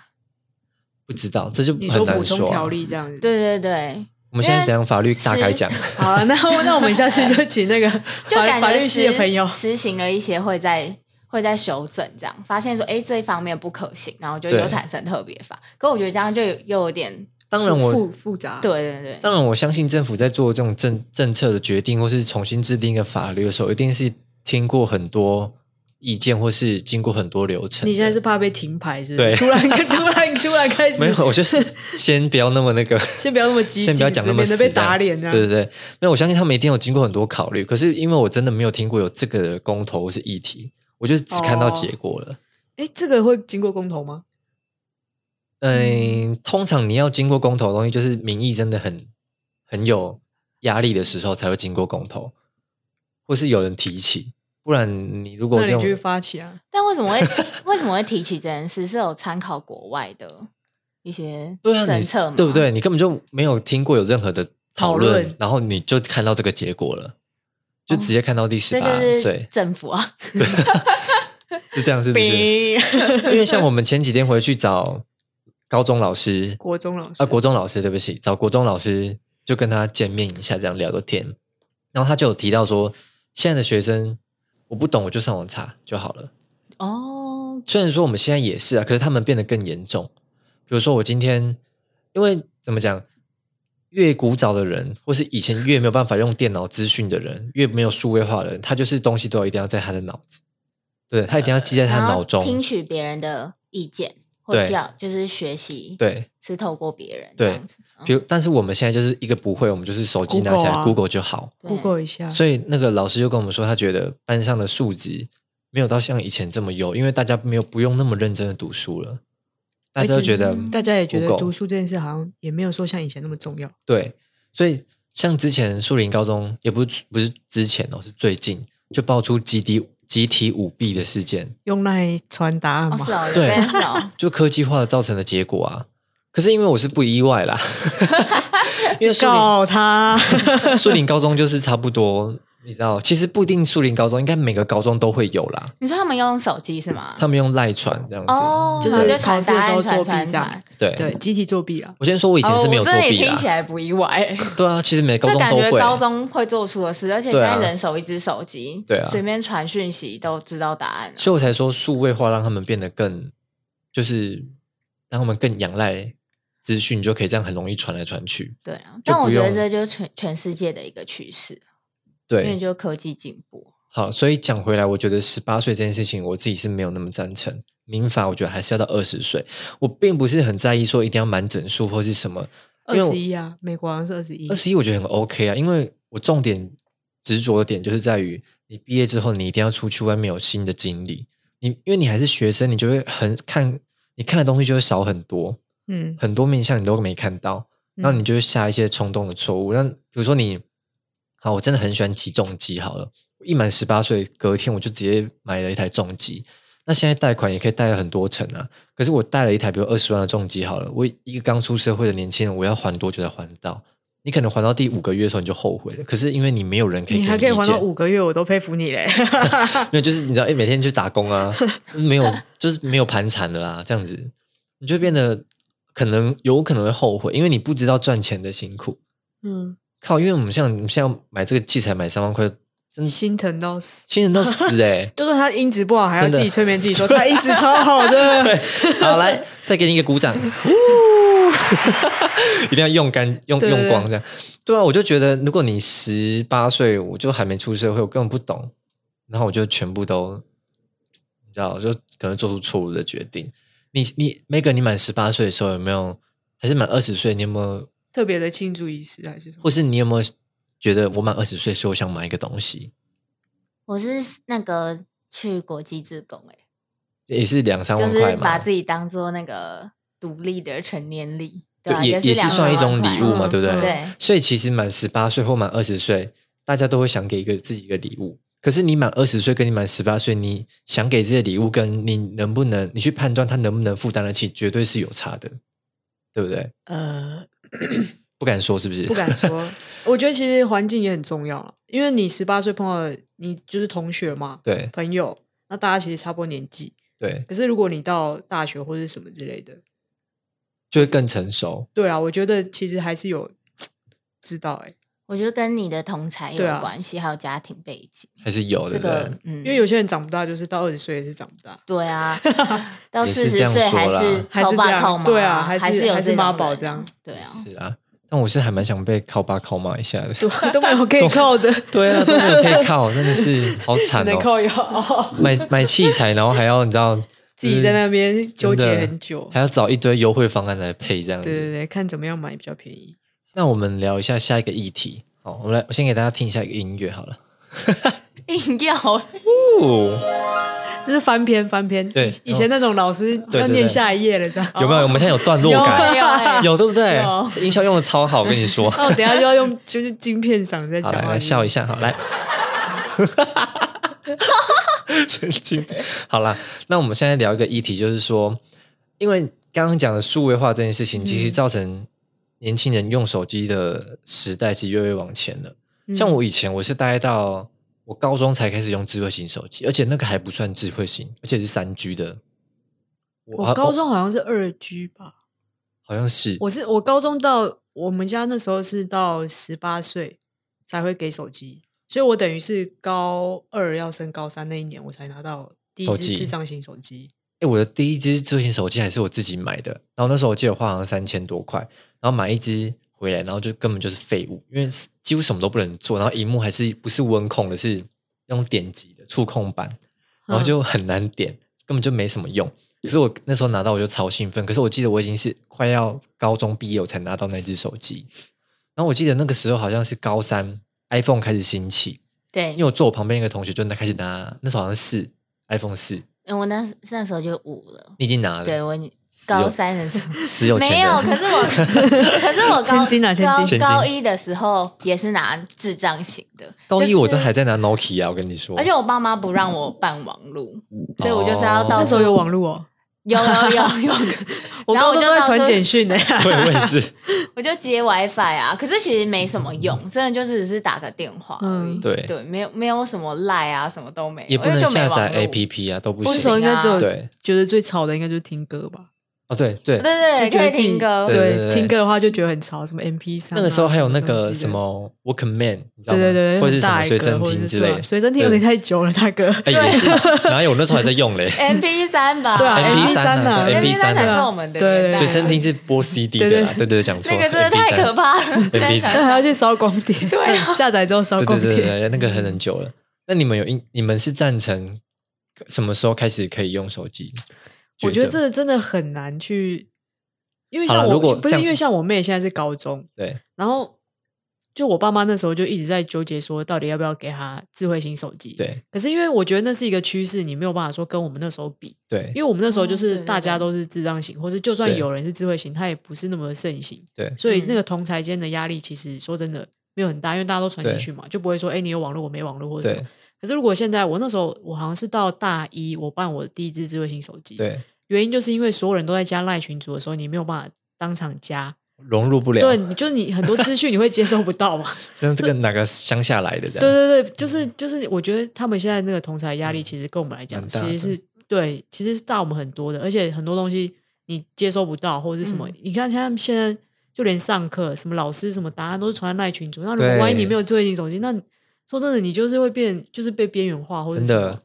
[SPEAKER 2] 不知道这就
[SPEAKER 1] 你
[SPEAKER 2] 很
[SPEAKER 1] 说
[SPEAKER 2] 难
[SPEAKER 1] 补充
[SPEAKER 2] 说啊
[SPEAKER 1] 条。例这样子，。
[SPEAKER 3] 对对对，
[SPEAKER 2] 我们现在怎样法律大
[SPEAKER 3] 是
[SPEAKER 2] 概讲？
[SPEAKER 1] 好啊，那那我们下次就请那个
[SPEAKER 3] 就
[SPEAKER 1] 法
[SPEAKER 3] 感
[SPEAKER 1] 法
[SPEAKER 3] 觉
[SPEAKER 1] 律系
[SPEAKER 3] 实
[SPEAKER 1] 的朋友，
[SPEAKER 3] 实行了一些会在会在修正，这样发现说，哎，这一方面不可行，然后就
[SPEAKER 2] 对
[SPEAKER 3] 有产生特别法。可我觉得这样就有又有点，
[SPEAKER 2] 当然我，
[SPEAKER 1] 复复杂，
[SPEAKER 3] 对对对，
[SPEAKER 2] 当然我相信政府在做这种政政策的决定，或是重新制定一个法律的时候，一定是听过很多意见，或是经过很多流程的。
[SPEAKER 1] 你现在是怕被停牌是不是？
[SPEAKER 2] 对
[SPEAKER 1] 突然突然突然开始，
[SPEAKER 2] 没有？我就是先不要那么那个，
[SPEAKER 1] 先不要那么激进，
[SPEAKER 2] 先不要讲那么
[SPEAKER 1] 免得
[SPEAKER 2] 死
[SPEAKER 1] 被
[SPEAKER 2] 这样
[SPEAKER 1] 打脸啊。
[SPEAKER 2] 对对对，没有，我相信他们一定有经过很多考虑。可是因为我真的没有听过有这个的公投或是议题，我就只看到
[SPEAKER 1] 哦
[SPEAKER 2] 结果了。
[SPEAKER 1] 哎，这个会经过公投吗？
[SPEAKER 2] 嗯，通常你要经过公投的东西，就是民意真的很很有压力的时候才会经过公投，或是有人提起，不然你如果
[SPEAKER 1] 那
[SPEAKER 2] 这
[SPEAKER 1] 你去
[SPEAKER 2] 种
[SPEAKER 1] 发起啊。
[SPEAKER 3] 但为什么会为什么会提起这件事？是有参考国外的一些
[SPEAKER 2] 对啊，
[SPEAKER 3] 政
[SPEAKER 2] 你
[SPEAKER 3] 策吗？
[SPEAKER 2] 对不？对？你根本就没有听过有任何的讨论，
[SPEAKER 1] 讨论
[SPEAKER 2] 然后你就看到这个结果了，就直接看到第十
[SPEAKER 3] 这
[SPEAKER 2] 八
[SPEAKER 3] 就是
[SPEAKER 2] 岁、
[SPEAKER 3] 政府啊，
[SPEAKER 2] 是这样，是不是？
[SPEAKER 1] 冰
[SPEAKER 2] 因为像我们前几天回去找高中老师，
[SPEAKER 1] 国中老师
[SPEAKER 2] 啊，国中老师，对不起，找国中老师就跟他见面一下，这样聊个天。然后他就有提到说，现在的学生我不懂，我就上网查就好了。
[SPEAKER 3] 哦，
[SPEAKER 2] 虽然说我们现在也是啊，可是他们变得更严重。比如说我今天，因为怎么讲，越古早的人，或是以前越没有办法用电脑资讯的人，越没有数位化的人，他就是东西都一定要在他的脑子，对他一定要 记在他
[SPEAKER 3] 呃然后
[SPEAKER 2] 脑中，
[SPEAKER 3] 听取别人的意见或
[SPEAKER 2] 对
[SPEAKER 3] 教，就是学习，，
[SPEAKER 2] 对。
[SPEAKER 3] 是透过别人这
[SPEAKER 2] 对
[SPEAKER 3] 样子。嗯
[SPEAKER 2] 比如，但是我们现在就是一个不会，我们就是手机拿起
[SPEAKER 1] Google
[SPEAKER 2] 来
[SPEAKER 1] 啊
[SPEAKER 2] Google 就好。
[SPEAKER 3] 对
[SPEAKER 1] Google 一下，
[SPEAKER 2] 所以那个老师就跟我们说，他觉得班上的素质没有到像以前这么优，因为大家没有不用那么认真的读书了，大家
[SPEAKER 1] 而且
[SPEAKER 2] 都
[SPEAKER 1] 嗯
[SPEAKER 2] 觉得
[SPEAKER 1] 大家也觉得
[SPEAKER 2] Google
[SPEAKER 1] 读书这件事好像也没有说像以前那么重要。
[SPEAKER 2] 对，所以像之前树林高中也不是不是之前哦，是最近就爆出集体集体舞弊的事件，
[SPEAKER 1] 用来传答案
[SPEAKER 3] 哦，
[SPEAKER 1] 嘛？
[SPEAKER 3] 是哦，有
[SPEAKER 2] 对
[SPEAKER 3] 这样子哦，
[SPEAKER 2] 就科技化造成的结果啊。可是因为我是不意 外啦，因为树林
[SPEAKER 1] 告他，
[SPEAKER 2] 树林高中就是差不多，你知道，其实不一定树林高中，应该每个高中都会有啦。
[SPEAKER 3] 你说他们用手机是吗？
[SPEAKER 2] 他们用赖传这样子，
[SPEAKER 3] 哦，
[SPEAKER 1] 啊就是
[SPEAKER 3] 然后就
[SPEAKER 1] 考
[SPEAKER 3] 传
[SPEAKER 1] 试的
[SPEAKER 3] 答
[SPEAKER 1] 时候
[SPEAKER 3] 案
[SPEAKER 1] 作弊
[SPEAKER 3] 传传
[SPEAKER 1] 这样
[SPEAKER 3] 传。
[SPEAKER 2] 对
[SPEAKER 1] 对，集体作弊啊。
[SPEAKER 2] 我先说，我以前是没有
[SPEAKER 3] 哦、我
[SPEAKER 2] 作
[SPEAKER 3] 这里
[SPEAKER 2] 弊啦
[SPEAKER 3] 听。起来不意 外，
[SPEAKER 2] 对啊，其实每个高
[SPEAKER 3] 这
[SPEAKER 2] 中
[SPEAKER 3] 感
[SPEAKER 2] 都
[SPEAKER 3] 觉
[SPEAKER 2] 会。
[SPEAKER 3] 高中会做出的事，而且现
[SPEAKER 2] 对啊
[SPEAKER 3] 在人手一只手机，
[SPEAKER 2] 对啊
[SPEAKER 3] 随便传讯息都知道答案了。
[SPEAKER 2] 所以我才说数位化让他们变得更，就是让他们更仰赖资讯，就可以这样很容易传来传去。
[SPEAKER 3] 对啊，
[SPEAKER 2] 就
[SPEAKER 3] 但
[SPEAKER 2] 不
[SPEAKER 3] 我觉得
[SPEAKER 2] 用
[SPEAKER 3] 这就是全全世界的一个趋势，因为
[SPEAKER 2] 对，
[SPEAKER 3] 就科技进步。
[SPEAKER 2] 好，所以讲回来，我觉得十八岁这件事情，我自己是没有那么赞成。民法我觉得还是要到二十岁，我并不是很在意说一定要满整数或是什么，因
[SPEAKER 1] 二
[SPEAKER 2] 为我
[SPEAKER 1] 十一啊，美国好像是二十一
[SPEAKER 2] 二。十一我觉得很 OK 啊，因为我重点执着的点就是在于，你毕业之后你一定要出去外面有新的经历。你因为你还是学生，你就会很看你看的东西就会少很多，
[SPEAKER 1] 嗯，
[SPEAKER 2] 很多面向你都没看到，然后你就会下一些冲动的错误。那、比如说你，好，我真的很喜欢骑重机，好了，我一满十八岁，隔天我就直接买了一台重机。那现在贷款也可以贷很多层啊。可是我贷了一台，比如二十万的重机好了，我一个刚出社会的年轻人，我要还多久才还得到？你可能还到第五个月的时候你就后悔了，可是因为你没有人可以
[SPEAKER 1] 你
[SPEAKER 2] 给
[SPEAKER 1] 还可以
[SPEAKER 2] 意
[SPEAKER 1] 还
[SPEAKER 2] 见
[SPEAKER 1] 到，五个月，我都佩服你嘞。
[SPEAKER 2] 没有就是你知道，哎、每天去打工啊，没有就是没有盘缠的啦，这样子你就变得可能有可能会后悔，因为你不知道赚钱的辛苦。
[SPEAKER 1] 嗯，
[SPEAKER 2] 靠，因为我们像我们现在买这个器材买三万块，真的
[SPEAKER 1] 心疼到死。！
[SPEAKER 2] 心疼到死哎、欸
[SPEAKER 1] 就说他音质不好，还要
[SPEAKER 2] 真的
[SPEAKER 1] 自己催眠自己说他音质超好的。
[SPEAKER 2] 对，好来，再给你一个鼓掌，呼 一定要用干用
[SPEAKER 1] 对对
[SPEAKER 2] 用光这样。对啊，我就觉得如果你十八岁，我就还没出社会，我根本不懂，然后我就全部都，你知道，我就可能做出错误的决定。你你 Megan，你满十八岁的时候有没有？还是满二十岁？你有没有？
[SPEAKER 1] 特别的庆祝仪式还是什么？
[SPEAKER 2] 或是你有没有觉得我满二十岁，所以我想买一个东西？
[SPEAKER 3] 我是那个去国际自贡、欸，
[SPEAKER 2] 也是两三
[SPEAKER 3] 就
[SPEAKER 2] 万
[SPEAKER 3] 是
[SPEAKER 2] 块嘛，
[SPEAKER 3] 把自己当做那个独立的成年礼，
[SPEAKER 2] 对，
[SPEAKER 3] 啊，
[SPEAKER 2] 也
[SPEAKER 3] 是
[SPEAKER 2] 也是
[SPEAKER 3] 两
[SPEAKER 2] 算一
[SPEAKER 3] 万
[SPEAKER 2] 种
[SPEAKER 3] 块
[SPEAKER 2] 礼物嘛，
[SPEAKER 1] 嗯
[SPEAKER 2] 对不对？
[SPEAKER 3] 对
[SPEAKER 2] 所以其实满十八岁或满二十岁，大家都会想给一个自己一个礼物。可是你满二十岁跟你满十八岁，你想给这些礼物，跟你能不能，你去判断他能不能负担得起，绝对是有差的，对不对？
[SPEAKER 1] 呃，
[SPEAKER 2] 不敢说是不是？
[SPEAKER 1] 不敢说。我觉得其实环境也很重要了，因为你十八岁碰到的你就是同学嘛，
[SPEAKER 2] 对
[SPEAKER 1] 朋友，那大家其实差不多年纪。
[SPEAKER 2] 对，
[SPEAKER 1] 可是如果你到大学或者什么之类的，
[SPEAKER 2] 就会更成熟。
[SPEAKER 1] 对啊，我觉得其实还是有不知道哎、
[SPEAKER 3] 我觉得跟你的同才有
[SPEAKER 1] 对啊
[SPEAKER 3] 关系，还有家庭背景。
[SPEAKER 2] 还是有的，
[SPEAKER 3] 这
[SPEAKER 2] 对不啊对
[SPEAKER 3] 个，嗯，
[SPEAKER 1] 因为有些人长不大，就是到二十岁也是长不大，
[SPEAKER 3] 对 啊，到
[SPEAKER 2] 也
[SPEAKER 3] 四
[SPEAKER 2] 是这
[SPEAKER 3] 十
[SPEAKER 2] 样
[SPEAKER 3] 岁
[SPEAKER 2] 说
[SPEAKER 3] 还
[SPEAKER 2] 啦
[SPEAKER 3] 是
[SPEAKER 1] 还是
[SPEAKER 3] 靠
[SPEAKER 1] 这
[SPEAKER 3] 爸
[SPEAKER 1] 样
[SPEAKER 3] 靠妈，
[SPEAKER 1] 对啊还
[SPEAKER 3] 还
[SPEAKER 1] 是
[SPEAKER 3] 有
[SPEAKER 1] 还
[SPEAKER 3] 这
[SPEAKER 1] 是妈
[SPEAKER 3] 种
[SPEAKER 1] 宝
[SPEAKER 3] 人
[SPEAKER 1] 这样
[SPEAKER 3] 啊，对 啊，
[SPEAKER 2] 是啊。但我是还蛮想被靠爸靠妈一下的。
[SPEAKER 1] 对啊，都没有可以靠的，
[SPEAKER 2] 对啊，都没有可以靠，真的是 好
[SPEAKER 1] 只
[SPEAKER 2] 惨
[SPEAKER 1] 能
[SPEAKER 2] 哦！
[SPEAKER 1] 靠腰，哦
[SPEAKER 2] 买买器材，然后还要你知道
[SPEAKER 1] 自己在那边纠结
[SPEAKER 2] 嗯真的
[SPEAKER 1] 很久。
[SPEAKER 2] 还要找一堆优惠方案来配这样子。
[SPEAKER 1] 对对对，看怎么样买比较便宜。
[SPEAKER 2] 那我们聊一下下一个议题。好，我们来，我先给大家听一下一个音乐好了。
[SPEAKER 3] 硬 要
[SPEAKER 2] 哦，
[SPEAKER 1] 这是翻篇翻篇，
[SPEAKER 2] 对
[SPEAKER 1] 以以前那种老师
[SPEAKER 2] 对
[SPEAKER 1] 要
[SPEAKER 2] 对
[SPEAKER 1] 念
[SPEAKER 2] 对
[SPEAKER 1] 下一页了，这样。
[SPEAKER 2] 有没有？我们现在有段落
[SPEAKER 3] 有
[SPEAKER 2] 感，
[SPEAKER 3] 有欸
[SPEAKER 2] 对不对
[SPEAKER 3] 有？
[SPEAKER 2] 这音效用的超好，我跟你说。
[SPEAKER 1] 那我哦等一下就要用就是晶片嗓在
[SPEAKER 2] 好，
[SPEAKER 1] 讲
[SPEAKER 2] 来
[SPEAKER 1] 话，
[SPEAKER 2] 来笑一下，好来。 神经病。好啦，那我们现在聊一个议题，就是说，因为刚刚讲的数位化这件事情，其实
[SPEAKER 1] 嗯
[SPEAKER 2] 造成年轻人用手机的时代其实越来越往前了。
[SPEAKER 1] 嗯
[SPEAKER 2] 像我以前，我是待到我高中才开始用智慧型手机，而且那个还不算智慧型，而且是三 G 的。
[SPEAKER 1] 我高中好像是二 G 吧，
[SPEAKER 2] 好像是
[SPEAKER 1] 我是我高中到我们家那时候是到十八岁才会给手机，所以我等于是高二要升高三那一年我才拿到第一
[SPEAKER 2] 手
[SPEAKER 1] 支
[SPEAKER 2] 机
[SPEAKER 1] 智障型手机。
[SPEAKER 2] 哎、我的第一只智慧型手机还是我自己买的，然后那时候我记得我花好像三千多块，然后买一只回来，然后就根本就是废物，因为是几乎什么都不能做，然后荧幕还是不是温控的，是用点击的触控板，然后就很难点，根本就没什么用。可是我那时候拿到我就超兴奋，可是我记得我已经是快要高中毕业我才拿到那只手机，然后我记得那个时候好像是高三 iPhone 开始兴起，
[SPEAKER 3] 对，
[SPEAKER 2] 因为我坐我旁边一个同学就开始拿，那时候好像是 iPhone 四，
[SPEAKER 3] 因为我那那时候就五了，
[SPEAKER 2] 你已经拿了，
[SPEAKER 3] 对我已经
[SPEAKER 2] 有
[SPEAKER 3] 高三的时候。
[SPEAKER 2] 死 有钱
[SPEAKER 3] 没有，
[SPEAKER 2] 人
[SPEAKER 3] 可是我， 可是我
[SPEAKER 1] 千
[SPEAKER 3] 高
[SPEAKER 1] 金啊千
[SPEAKER 3] 高
[SPEAKER 1] 金
[SPEAKER 3] 高
[SPEAKER 2] 千金
[SPEAKER 3] 一的时候也是拿智障型的，
[SPEAKER 2] 高一
[SPEAKER 3] 就是
[SPEAKER 2] 我都还在拿 Nokia，我跟你说，
[SPEAKER 3] 而且我爸妈不让我办网路，
[SPEAKER 2] 嗯
[SPEAKER 3] 所以我就是要到
[SPEAKER 1] 那时候有网络哦，
[SPEAKER 3] 有有有有，
[SPEAKER 1] 我
[SPEAKER 3] 然
[SPEAKER 1] 高
[SPEAKER 3] 后我
[SPEAKER 1] 中
[SPEAKER 3] 就
[SPEAKER 1] 都在
[SPEAKER 3] 到
[SPEAKER 1] 传
[SPEAKER 3] 处
[SPEAKER 1] 简讯呢、
[SPEAKER 2] 对我也是，
[SPEAKER 3] 我就接 WiFi 啊，可是其实没什么用，真的就只是打个电话而已。
[SPEAKER 1] 嗯
[SPEAKER 2] 对
[SPEAKER 3] 对，没有没有什么赖啊，什么都没有，
[SPEAKER 2] 也不
[SPEAKER 3] 因为
[SPEAKER 2] 能
[SPEAKER 3] 就没
[SPEAKER 2] 下载
[SPEAKER 3] 网络
[SPEAKER 2] APP 啊，都不
[SPEAKER 1] 我那时
[SPEAKER 2] 行
[SPEAKER 1] 候
[SPEAKER 3] 行
[SPEAKER 1] 应该只有
[SPEAKER 3] 啊
[SPEAKER 2] 对，
[SPEAKER 1] 觉得最吵的应该就是听歌吧，
[SPEAKER 2] 哦，对对
[SPEAKER 3] 对，
[SPEAKER 1] 就觉
[SPEAKER 3] 对对，可
[SPEAKER 1] 得
[SPEAKER 3] 以
[SPEAKER 1] 自己
[SPEAKER 3] 听歌。
[SPEAKER 2] 对
[SPEAKER 1] 对
[SPEAKER 2] 对对
[SPEAKER 1] 听歌的话就觉得很吵，什么 MP 三、
[SPEAKER 2] 那个时候还有那
[SPEAKER 1] 东
[SPEAKER 2] 个
[SPEAKER 1] 西的
[SPEAKER 2] 什么 Walkman，你知道吗？
[SPEAKER 1] 对对对，
[SPEAKER 2] 或
[SPEAKER 1] 很
[SPEAKER 2] 者是什
[SPEAKER 1] 大
[SPEAKER 2] 么
[SPEAKER 1] 一
[SPEAKER 2] 随
[SPEAKER 1] 个
[SPEAKER 2] 身
[SPEAKER 1] 或者
[SPEAKER 2] 听
[SPEAKER 1] 是
[SPEAKER 2] 之
[SPEAKER 1] 对
[SPEAKER 2] 类
[SPEAKER 1] 啊
[SPEAKER 2] 的，
[SPEAKER 1] 随身听有点太久了，大哥。
[SPEAKER 2] 哎也是，哪有？我那时候还在用嘞
[SPEAKER 3] M P 三吧，
[SPEAKER 1] 对啊
[SPEAKER 2] MP3
[SPEAKER 1] ，MP3
[SPEAKER 2] 啊
[SPEAKER 1] 啊
[SPEAKER 2] 对
[SPEAKER 3] MP3
[SPEAKER 2] MP3
[SPEAKER 3] 才是
[SPEAKER 2] 啊
[SPEAKER 3] 我们的
[SPEAKER 1] 对
[SPEAKER 3] 年代
[SPEAKER 1] 对
[SPEAKER 2] 随身听是播 CD 的啦，对对，讲错，
[SPEAKER 3] 那个真的太
[SPEAKER 2] MP3
[SPEAKER 3] 可怕了，
[SPEAKER 2] MP3
[SPEAKER 3] 再想
[SPEAKER 1] 那还要
[SPEAKER 3] 想
[SPEAKER 1] 去烧光碟，
[SPEAKER 3] 对啊
[SPEAKER 1] 下载之后烧
[SPEAKER 2] 对
[SPEAKER 1] 光
[SPEAKER 2] 对对对
[SPEAKER 1] 碟。
[SPEAKER 2] 对，那个很很久了。那你们有印？你们是赞成什么时候开始可以用手机？
[SPEAKER 1] 我觉得这真的很难去，因为
[SPEAKER 2] 好
[SPEAKER 1] 像
[SPEAKER 2] 了
[SPEAKER 1] 我
[SPEAKER 2] 如果
[SPEAKER 1] 不
[SPEAKER 2] 这
[SPEAKER 1] 是
[SPEAKER 2] 样
[SPEAKER 1] 因为像我妹现在是高中，
[SPEAKER 2] 对
[SPEAKER 1] 然后就我爸妈那时候就一直在纠结说，到底要不要给她智慧型手机。，
[SPEAKER 2] 对
[SPEAKER 1] 可是因为我觉得那是一个趋势，你没有办法说跟我们那时候比，
[SPEAKER 2] 对
[SPEAKER 1] 因为我们那时候就
[SPEAKER 3] 哦对
[SPEAKER 1] 是
[SPEAKER 3] 对对
[SPEAKER 1] 大家都是智障型，或是就算
[SPEAKER 2] 对
[SPEAKER 1] 有人是智慧型，他也不是那么盛行。
[SPEAKER 2] 对
[SPEAKER 1] 所以
[SPEAKER 3] 嗯
[SPEAKER 1] 那个同才间的压力，其实说真的没有很大，因为大家都传进去嘛，就不会说哎、诶你有网络我没网络或者什
[SPEAKER 2] 对
[SPEAKER 1] 么。可是如果现在我那时候我好像是到大一，我办我的第一支智慧型手机，，
[SPEAKER 2] 对，
[SPEAKER 1] 原因就是因为所有人都在加赖群组的时候，你没有办法当场加，
[SPEAKER 2] 融入不了。
[SPEAKER 1] 对，你就你很多资讯你会接收不到嘛，
[SPEAKER 2] 像这个哪个乡下来的这样？
[SPEAKER 1] 对对对，就是就是，我觉得他们现在那个同才压力，其实跟我们来讲，
[SPEAKER 2] 嗯蛮
[SPEAKER 1] 其
[SPEAKER 2] 大
[SPEAKER 1] 实
[SPEAKER 2] 的
[SPEAKER 1] 是对，其实是大我们很多的，而且很多东西你接收不到或者是什么。
[SPEAKER 3] 嗯
[SPEAKER 1] 你看，像现在就连上课，什么老师什么答案都是传在赖群组，那如果万一你
[SPEAKER 2] 对
[SPEAKER 1] 没有最近手机，那你说真的，你就是会变，就是被边缘化，或者
[SPEAKER 2] 真
[SPEAKER 1] 是什么
[SPEAKER 2] 的，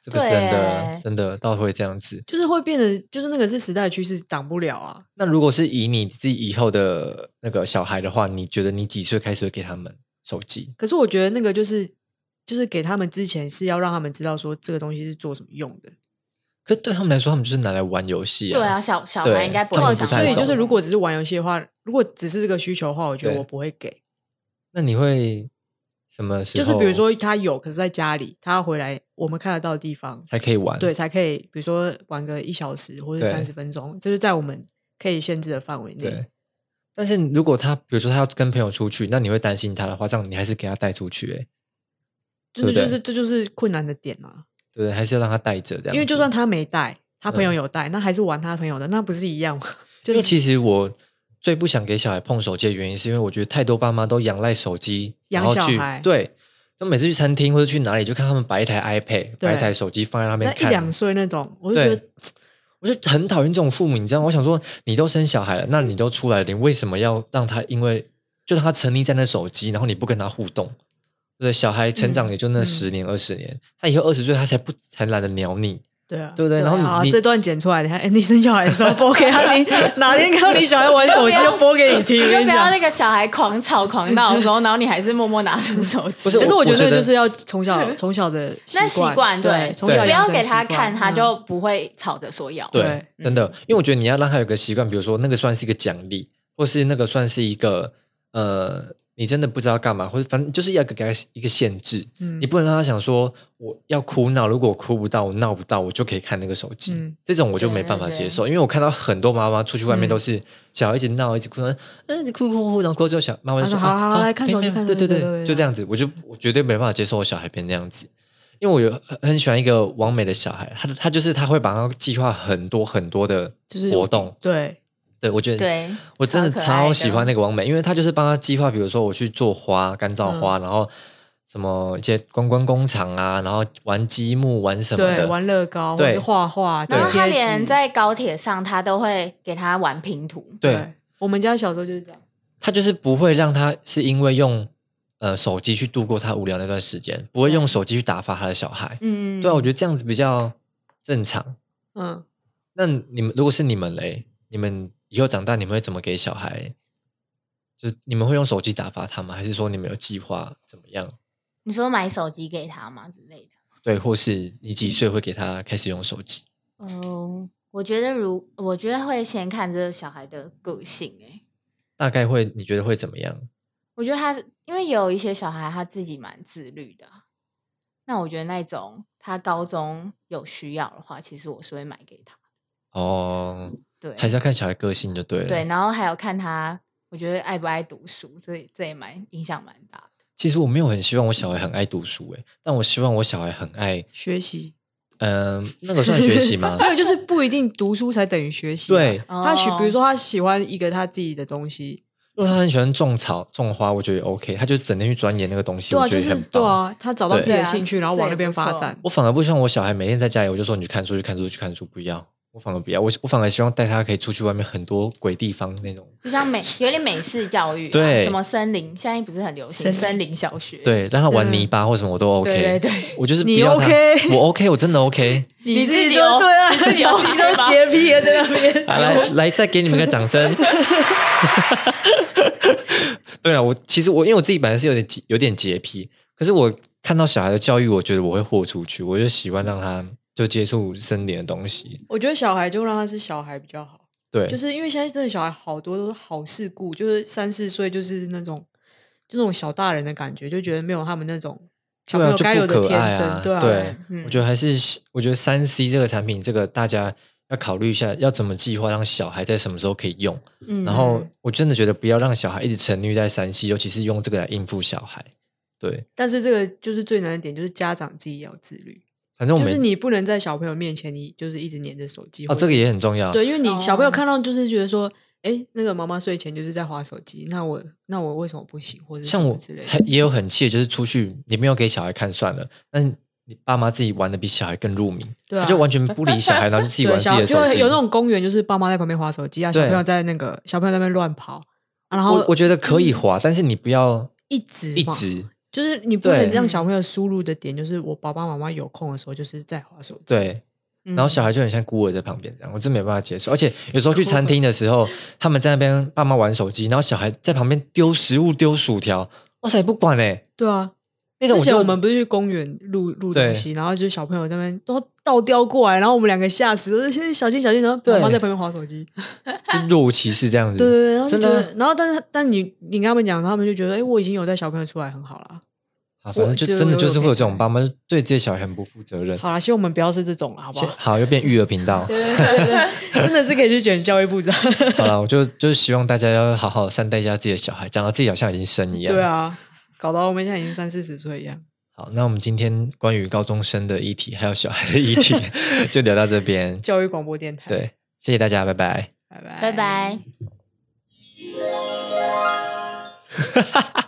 [SPEAKER 2] 这个真的
[SPEAKER 3] 对
[SPEAKER 2] 真的倒会这样子。
[SPEAKER 1] 就是会变得，就是那个是时代趋势，挡不了啊。
[SPEAKER 2] 那如果是以你自己以后的那个小孩的话，你觉得你几岁开始会给他们手机？
[SPEAKER 1] 可是我觉得那个就是。就是给他们之前是要让他们知道说这个东西是做什么用的，
[SPEAKER 2] 可对他们来说，他们就是拿来玩游戏啊。
[SPEAKER 3] 对啊，，小小
[SPEAKER 2] 对
[SPEAKER 3] 孩应该不
[SPEAKER 2] 他
[SPEAKER 3] 会
[SPEAKER 2] 们不
[SPEAKER 3] 想
[SPEAKER 2] 太
[SPEAKER 1] 哦所以
[SPEAKER 2] 懂
[SPEAKER 1] 就是如果只是玩游戏的话，如果只是这个需求的话，我觉得
[SPEAKER 2] 对
[SPEAKER 1] 我不会给。
[SPEAKER 2] 那你会什么时
[SPEAKER 1] 就
[SPEAKER 2] 候？
[SPEAKER 1] 是比如说他有，可是在家里，他要回来我们看得到的地方，
[SPEAKER 2] 才可以玩。
[SPEAKER 1] 对，才可以，比如说玩个一小时或者
[SPEAKER 2] 对
[SPEAKER 1] 三十分钟，这就是在我们可以限制的范围内
[SPEAKER 2] 对。。但是如果他，比如说他要跟朋友出去，那你会担心他的话，这样你还是给他带出去、欸，
[SPEAKER 1] 真的
[SPEAKER 2] 对不对
[SPEAKER 1] 就是这就是困难的点嘛，
[SPEAKER 2] 对不对？还是要让他带着这样子。
[SPEAKER 1] 因为就算他没带，他朋友有带，那还是玩他朋友的，那不是一样吗？就
[SPEAKER 2] 因为
[SPEAKER 1] 是
[SPEAKER 2] 其实我最不想给小孩碰手机的原因，是因为我觉得太多爸妈都仰赖手机，然
[SPEAKER 1] 养
[SPEAKER 2] 后
[SPEAKER 1] 小
[SPEAKER 2] 去
[SPEAKER 1] 孩
[SPEAKER 2] 对，就每次去餐厅或者去哪里，就看他们摆一台 iPad，
[SPEAKER 1] 对
[SPEAKER 2] 摆一台手机放在那边
[SPEAKER 1] 那一
[SPEAKER 2] 看。
[SPEAKER 1] 两岁那种，我就觉得
[SPEAKER 2] 对，我就很讨厌这种父母，你知道吗？我想说，你都生小孩了，那你都出来了，你为什么要让他因为就让他沉溺在那手机，然后你不跟他互动？对，小孩成长也就那
[SPEAKER 1] 嗯
[SPEAKER 2] 十年二十年，他以后二十岁他才不才懒得鸟你，
[SPEAKER 1] 对啊，
[SPEAKER 2] 对不对？
[SPEAKER 3] 对
[SPEAKER 2] 然后
[SPEAKER 1] 好啊
[SPEAKER 2] 你你
[SPEAKER 1] 这段剪出来，你看，哎，你生小孩的时候播给他，你哪天看到你小孩玩 手机
[SPEAKER 3] 就不要
[SPEAKER 1] 就播给你听，
[SPEAKER 3] 你
[SPEAKER 1] 我
[SPEAKER 3] 就
[SPEAKER 1] 跟你
[SPEAKER 3] 不
[SPEAKER 1] 讲
[SPEAKER 3] 要那个小孩狂吵狂闹的时候，然后你还是默默拿出手机。
[SPEAKER 2] 不是
[SPEAKER 1] 可是
[SPEAKER 2] 我
[SPEAKER 1] 我觉
[SPEAKER 2] 我觉
[SPEAKER 1] 得
[SPEAKER 2] 得
[SPEAKER 1] 就是要从 小从小的
[SPEAKER 3] 那习惯对，
[SPEAKER 1] 从小
[SPEAKER 3] 不
[SPEAKER 1] 养
[SPEAKER 3] 要
[SPEAKER 1] 成
[SPEAKER 3] 给
[SPEAKER 1] 习
[SPEAKER 3] 他
[SPEAKER 1] 惯
[SPEAKER 3] 看，他
[SPEAKER 1] 嗯
[SPEAKER 3] 就不会吵着说要。
[SPEAKER 2] 对
[SPEAKER 1] 对，
[SPEAKER 2] 真的，因为我觉得你要让他有个习惯，比如说那个算是一个奖励，或是那个算是一个呃，你真的不知道干嘛，或者反正就是要给他一个限制，
[SPEAKER 1] 嗯
[SPEAKER 2] 你不能让他想说我要哭闹，如果我哭不到，我闹不到，我就可以看那个手机，
[SPEAKER 1] 嗯
[SPEAKER 2] 这种我就
[SPEAKER 3] 对
[SPEAKER 2] 没办法
[SPEAKER 3] 对
[SPEAKER 2] 接
[SPEAKER 3] 对
[SPEAKER 2] 受，因为我看到很多妈妈出去外
[SPEAKER 1] 嗯
[SPEAKER 2] 面都是小孩一直闹，一直哭，嗯、你哭哭哭，然后过后就小妈妈就
[SPEAKER 1] 她
[SPEAKER 2] 说
[SPEAKER 1] 说好
[SPEAKER 2] 啊
[SPEAKER 1] 好好
[SPEAKER 2] 啊
[SPEAKER 1] 来看
[SPEAKER 2] 没
[SPEAKER 1] 手机
[SPEAKER 2] 没
[SPEAKER 1] 看
[SPEAKER 2] 对
[SPEAKER 1] 手机
[SPEAKER 2] 对
[SPEAKER 1] 对对对
[SPEAKER 2] 就这样子，我就我绝对没办法接受我小孩变那样子。因为我有很很喜欢一个完美的小孩，他的他就是他会把他计划很多很多的
[SPEAKER 1] 就是
[SPEAKER 2] 活动，
[SPEAKER 1] 对，
[SPEAKER 2] 对我觉得
[SPEAKER 3] 对，
[SPEAKER 2] 我真的
[SPEAKER 3] 超可爱
[SPEAKER 2] 超
[SPEAKER 3] 的
[SPEAKER 2] 喜欢那个完美，因为他就是帮他计划，比如说我去做花干燥花，
[SPEAKER 3] 嗯
[SPEAKER 2] 然后什么一些观光工厂啊，然后玩积木玩什么
[SPEAKER 1] 对
[SPEAKER 2] 的，
[SPEAKER 1] 玩乐高或者
[SPEAKER 2] 对
[SPEAKER 1] 是画画，
[SPEAKER 3] 然后
[SPEAKER 1] 贴
[SPEAKER 3] 他
[SPEAKER 1] 贴
[SPEAKER 3] 连
[SPEAKER 1] 纸
[SPEAKER 3] 在高铁上，他都会给他玩拼图。
[SPEAKER 2] 对，
[SPEAKER 1] 我们家小时候就是这样，
[SPEAKER 2] 他就是不会让他是因为用呃手机去度过他无聊那段时间，不会用手机去打发他的小孩。
[SPEAKER 3] 嗯，
[SPEAKER 2] 对啊，我觉得这样子比较正常。
[SPEAKER 1] 嗯，
[SPEAKER 2] 那你们如果是你们嘞，你们以后长大你们会怎么给小孩？就是你们会用手机打发他吗？还是说你们有计划怎么样？
[SPEAKER 3] 你说买手机给他嘛之类的。
[SPEAKER 2] 对，或是你几岁会给他开始用手机？
[SPEAKER 3] 哦，我觉得如我觉得会先看这个小孩的个性诶、
[SPEAKER 2] 大概会你觉得会怎么样？
[SPEAKER 3] 我觉得他是因为有一些小孩他自己蛮自律的啊，那我觉得那种他高中有需要的话，其实我是会买给他。
[SPEAKER 2] 哦，
[SPEAKER 3] 对，
[SPEAKER 2] 还是要看小孩个性就对了。
[SPEAKER 3] 对，，然后还有看他，我觉得爱不爱读书，这这也蛮影响蛮大的。
[SPEAKER 2] 其实我没有很希望我小孩很爱读书、欸，但我希望我小孩很爱，
[SPEAKER 1] 学习
[SPEAKER 2] 嗯、那个算学习吗
[SPEAKER 1] 没？有就是不一定读书才等于学习，啊
[SPEAKER 2] 对，，
[SPEAKER 1] 他喜比
[SPEAKER 3] 哦
[SPEAKER 1] 如说他喜欢一个他自己的东西，
[SPEAKER 2] 如果他很喜欢种草、种花，我觉得 OK，他就整天去钻研那个东西，
[SPEAKER 1] 对啊，
[SPEAKER 2] 我觉
[SPEAKER 1] 就
[SPEAKER 2] 得
[SPEAKER 1] 是
[SPEAKER 2] 很
[SPEAKER 1] 对
[SPEAKER 2] 棒。
[SPEAKER 1] 啊，他找到自己
[SPEAKER 3] 对
[SPEAKER 1] 的
[SPEAKER 3] 啊
[SPEAKER 1] 兴趣，然后
[SPEAKER 3] 这
[SPEAKER 1] 往
[SPEAKER 3] 也
[SPEAKER 1] 那边
[SPEAKER 3] 不
[SPEAKER 1] 发
[SPEAKER 3] 错
[SPEAKER 1] 展，
[SPEAKER 2] 我反而不希望我小孩每天在家里，我就说你去看书、去看书、去看书，不要。我反而不要，我我反而希望带他可以出去外面很多鬼地方那种，
[SPEAKER 3] 就像美有点美式教育啊、
[SPEAKER 2] 对
[SPEAKER 3] 什么森林，现在不是很流行
[SPEAKER 1] 森
[SPEAKER 3] 森林小学，
[SPEAKER 2] 对，让他玩泥巴或什么我都 OK。
[SPEAKER 3] 对对对，
[SPEAKER 2] 我就是
[SPEAKER 1] 你
[SPEAKER 2] 不要他
[SPEAKER 1] OK
[SPEAKER 2] 我 OK，我真 的 OK。
[SPEAKER 3] 你自己
[SPEAKER 1] 都
[SPEAKER 3] 哦
[SPEAKER 1] 对啊，
[SPEAKER 3] 你自己有
[SPEAKER 1] 己 都洁癖了在那边，
[SPEAKER 2] 好，来来，再给你们个掌声。 对啊，我其实我因为我自己本来是有点洁有点洁癖，可是我看到小孩的教育，我觉得我会豁出去，我就喜欢让他就接触森林的东西。
[SPEAKER 1] 我觉得小孩就让他是小孩比较好。
[SPEAKER 2] 对，
[SPEAKER 1] 就是因为现在真的小孩好多都是好事故，就是三四岁就是那种就那种小大人的感觉，就觉得没有他们那种小
[SPEAKER 2] 对
[SPEAKER 1] 朋
[SPEAKER 2] 啊，
[SPEAKER 1] 友
[SPEAKER 2] 就
[SPEAKER 1] 该有
[SPEAKER 2] 不
[SPEAKER 1] 的
[SPEAKER 2] 可爱
[SPEAKER 1] 天
[SPEAKER 2] 啊
[SPEAKER 1] 真，。对啊，
[SPEAKER 2] 对
[SPEAKER 3] 嗯
[SPEAKER 2] 我觉得还是我觉得三 C 这个产品，这个大家要考虑一下，要怎么计划让小孩在什么时候可以用。
[SPEAKER 3] 嗯
[SPEAKER 2] 然后我真的觉得不要让小孩一直沉溺在三 C，尤其是用这个来应付小孩。对，
[SPEAKER 1] 但是这个就是最难的点，就是家长自己也要自律，
[SPEAKER 2] 反正我
[SPEAKER 1] 就
[SPEAKER 2] 们
[SPEAKER 1] 是你不能在小朋友面前，你就是一直黏着手机。
[SPEAKER 2] 哦，
[SPEAKER 1] 或
[SPEAKER 2] 这个
[SPEAKER 1] 是
[SPEAKER 2] 也很重要。
[SPEAKER 1] 对，因为你小朋友
[SPEAKER 3] 哦
[SPEAKER 1] 看到就是觉得说，哎、那个妈妈睡前就是在划手机，那我那我为什么不行，或者
[SPEAKER 2] 像
[SPEAKER 1] 什么
[SPEAKER 2] 我
[SPEAKER 1] 之类
[SPEAKER 2] 还
[SPEAKER 1] 的。
[SPEAKER 2] 也有很气的，就是出去你没有给小孩看算了，但是你爸妈自己玩的比小孩更入迷，
[SPEAKER 1] 对啊
[SPEAKER 2] 他就完全不理小孩，然后就自己玩
[SPEAKER 1] 对，
[SPEAKER 2] 自
[SPEAKER 1] 小
[SPEAKER 2] 己的
[SPEAKER 1] 就
[SPEAKER 2] 手机。
[SPEAKER 1] 有那种公园，就是爸妈在旁边划手机啊，小
[SPEAKER 2] 对
[SPEAKER 1] 朋友在那个小朋友在那边乱跑，啊然后
[SPEAKER 2] 我我觉得可以滑，但是你不要
[SPEAKER 1] 一直
[SPEAKER 2] 一
[SPEAKER 1] 嘛
[SPEAKER 2] 直
[SPEAKER 1] 就是你不能
[SPEAKER 2] 对
[SPEAKER 1] 让小朋友输入的点，就是我爸爸妈妈有空的时候就是在划手机。，
[SPEAKER 2] 对。
[SPEAKER 1] 嗯
[SPEAKER 2] 然后小
[SPEAKER 3] 孩
[SPEAKER 2] 孩就很像孤儿在旁边这样，我真没办法接受。而且有时候去餐厅的时候， 他们在那边爸妈玩手机，然后小孩在旁边丢食物、丢薯条，哇塞，不管嘞、
[SPEAKER 1] 对啊。
[SPEAKER 2] 那种
[SPEAKER 1] 之
[SPEAKER 2] 我
[SPEAKER 1] 前
[SPEAKER 2] 就
[SPEAKER 1] 我们不是去公园录录
[SPEAKER 2] 对
[SPEAKER 1] 东西，然后就是小朋友在那边都倒叼过来，然后我们两个吓死，就是先小心小心，然后
[SPEAKER 2] 对
[SPEAKER 1] 妈妈在旁边划手机。
[SPEAKER 2] 就若无其事这样子。
[SPEAKER 1] 对对对，然后就
[SPEAKER 2] 真
[SPEAKER 1] 觉
[SPEAKER 2] 的啊
[SPEAKER 1] 得，然后但是但你你跟他们讲，他们就觉得，哎，我已经有带小朋友出来，很好了。
[SPEAKER 2] 啊，反正就
[SPEAKER 1] 我就
[SPEAKER 2] 真的就是会有这
[SPEAKER 1] 我有
[SPEAKER 2] 种爸妈对自己小孩很不负责任。
[SPEAKER 1] 好啦，希望我们不要是这种了，好不
[SPEAKER 2] 先
[SPEAKER 1] 好？
[SPEAKER 2] 好，又变育儿频 道。
[SPEAKER 1] 对对对，真的是可以去卷教育部 长。
[SPEAKER 2] 好了，我就就是希望大家要好好善待一下自己的小孩，讲到自己好像已经生一 样。
[SPEAKER 1] 对。啊，搞到我们现在已经三四十岁一样。
[SPEAKER 2] 好，那我们今天关于高中生的议题，还有小孩的议 题，就聊到这边。
[SPEAKER 1] 教育广播电台，，
[SPEAKER 2] 对，谢谢大家，拜拜。
[SPEAKER 1] 拜拜，
[SPEAKER 3] 拜拜。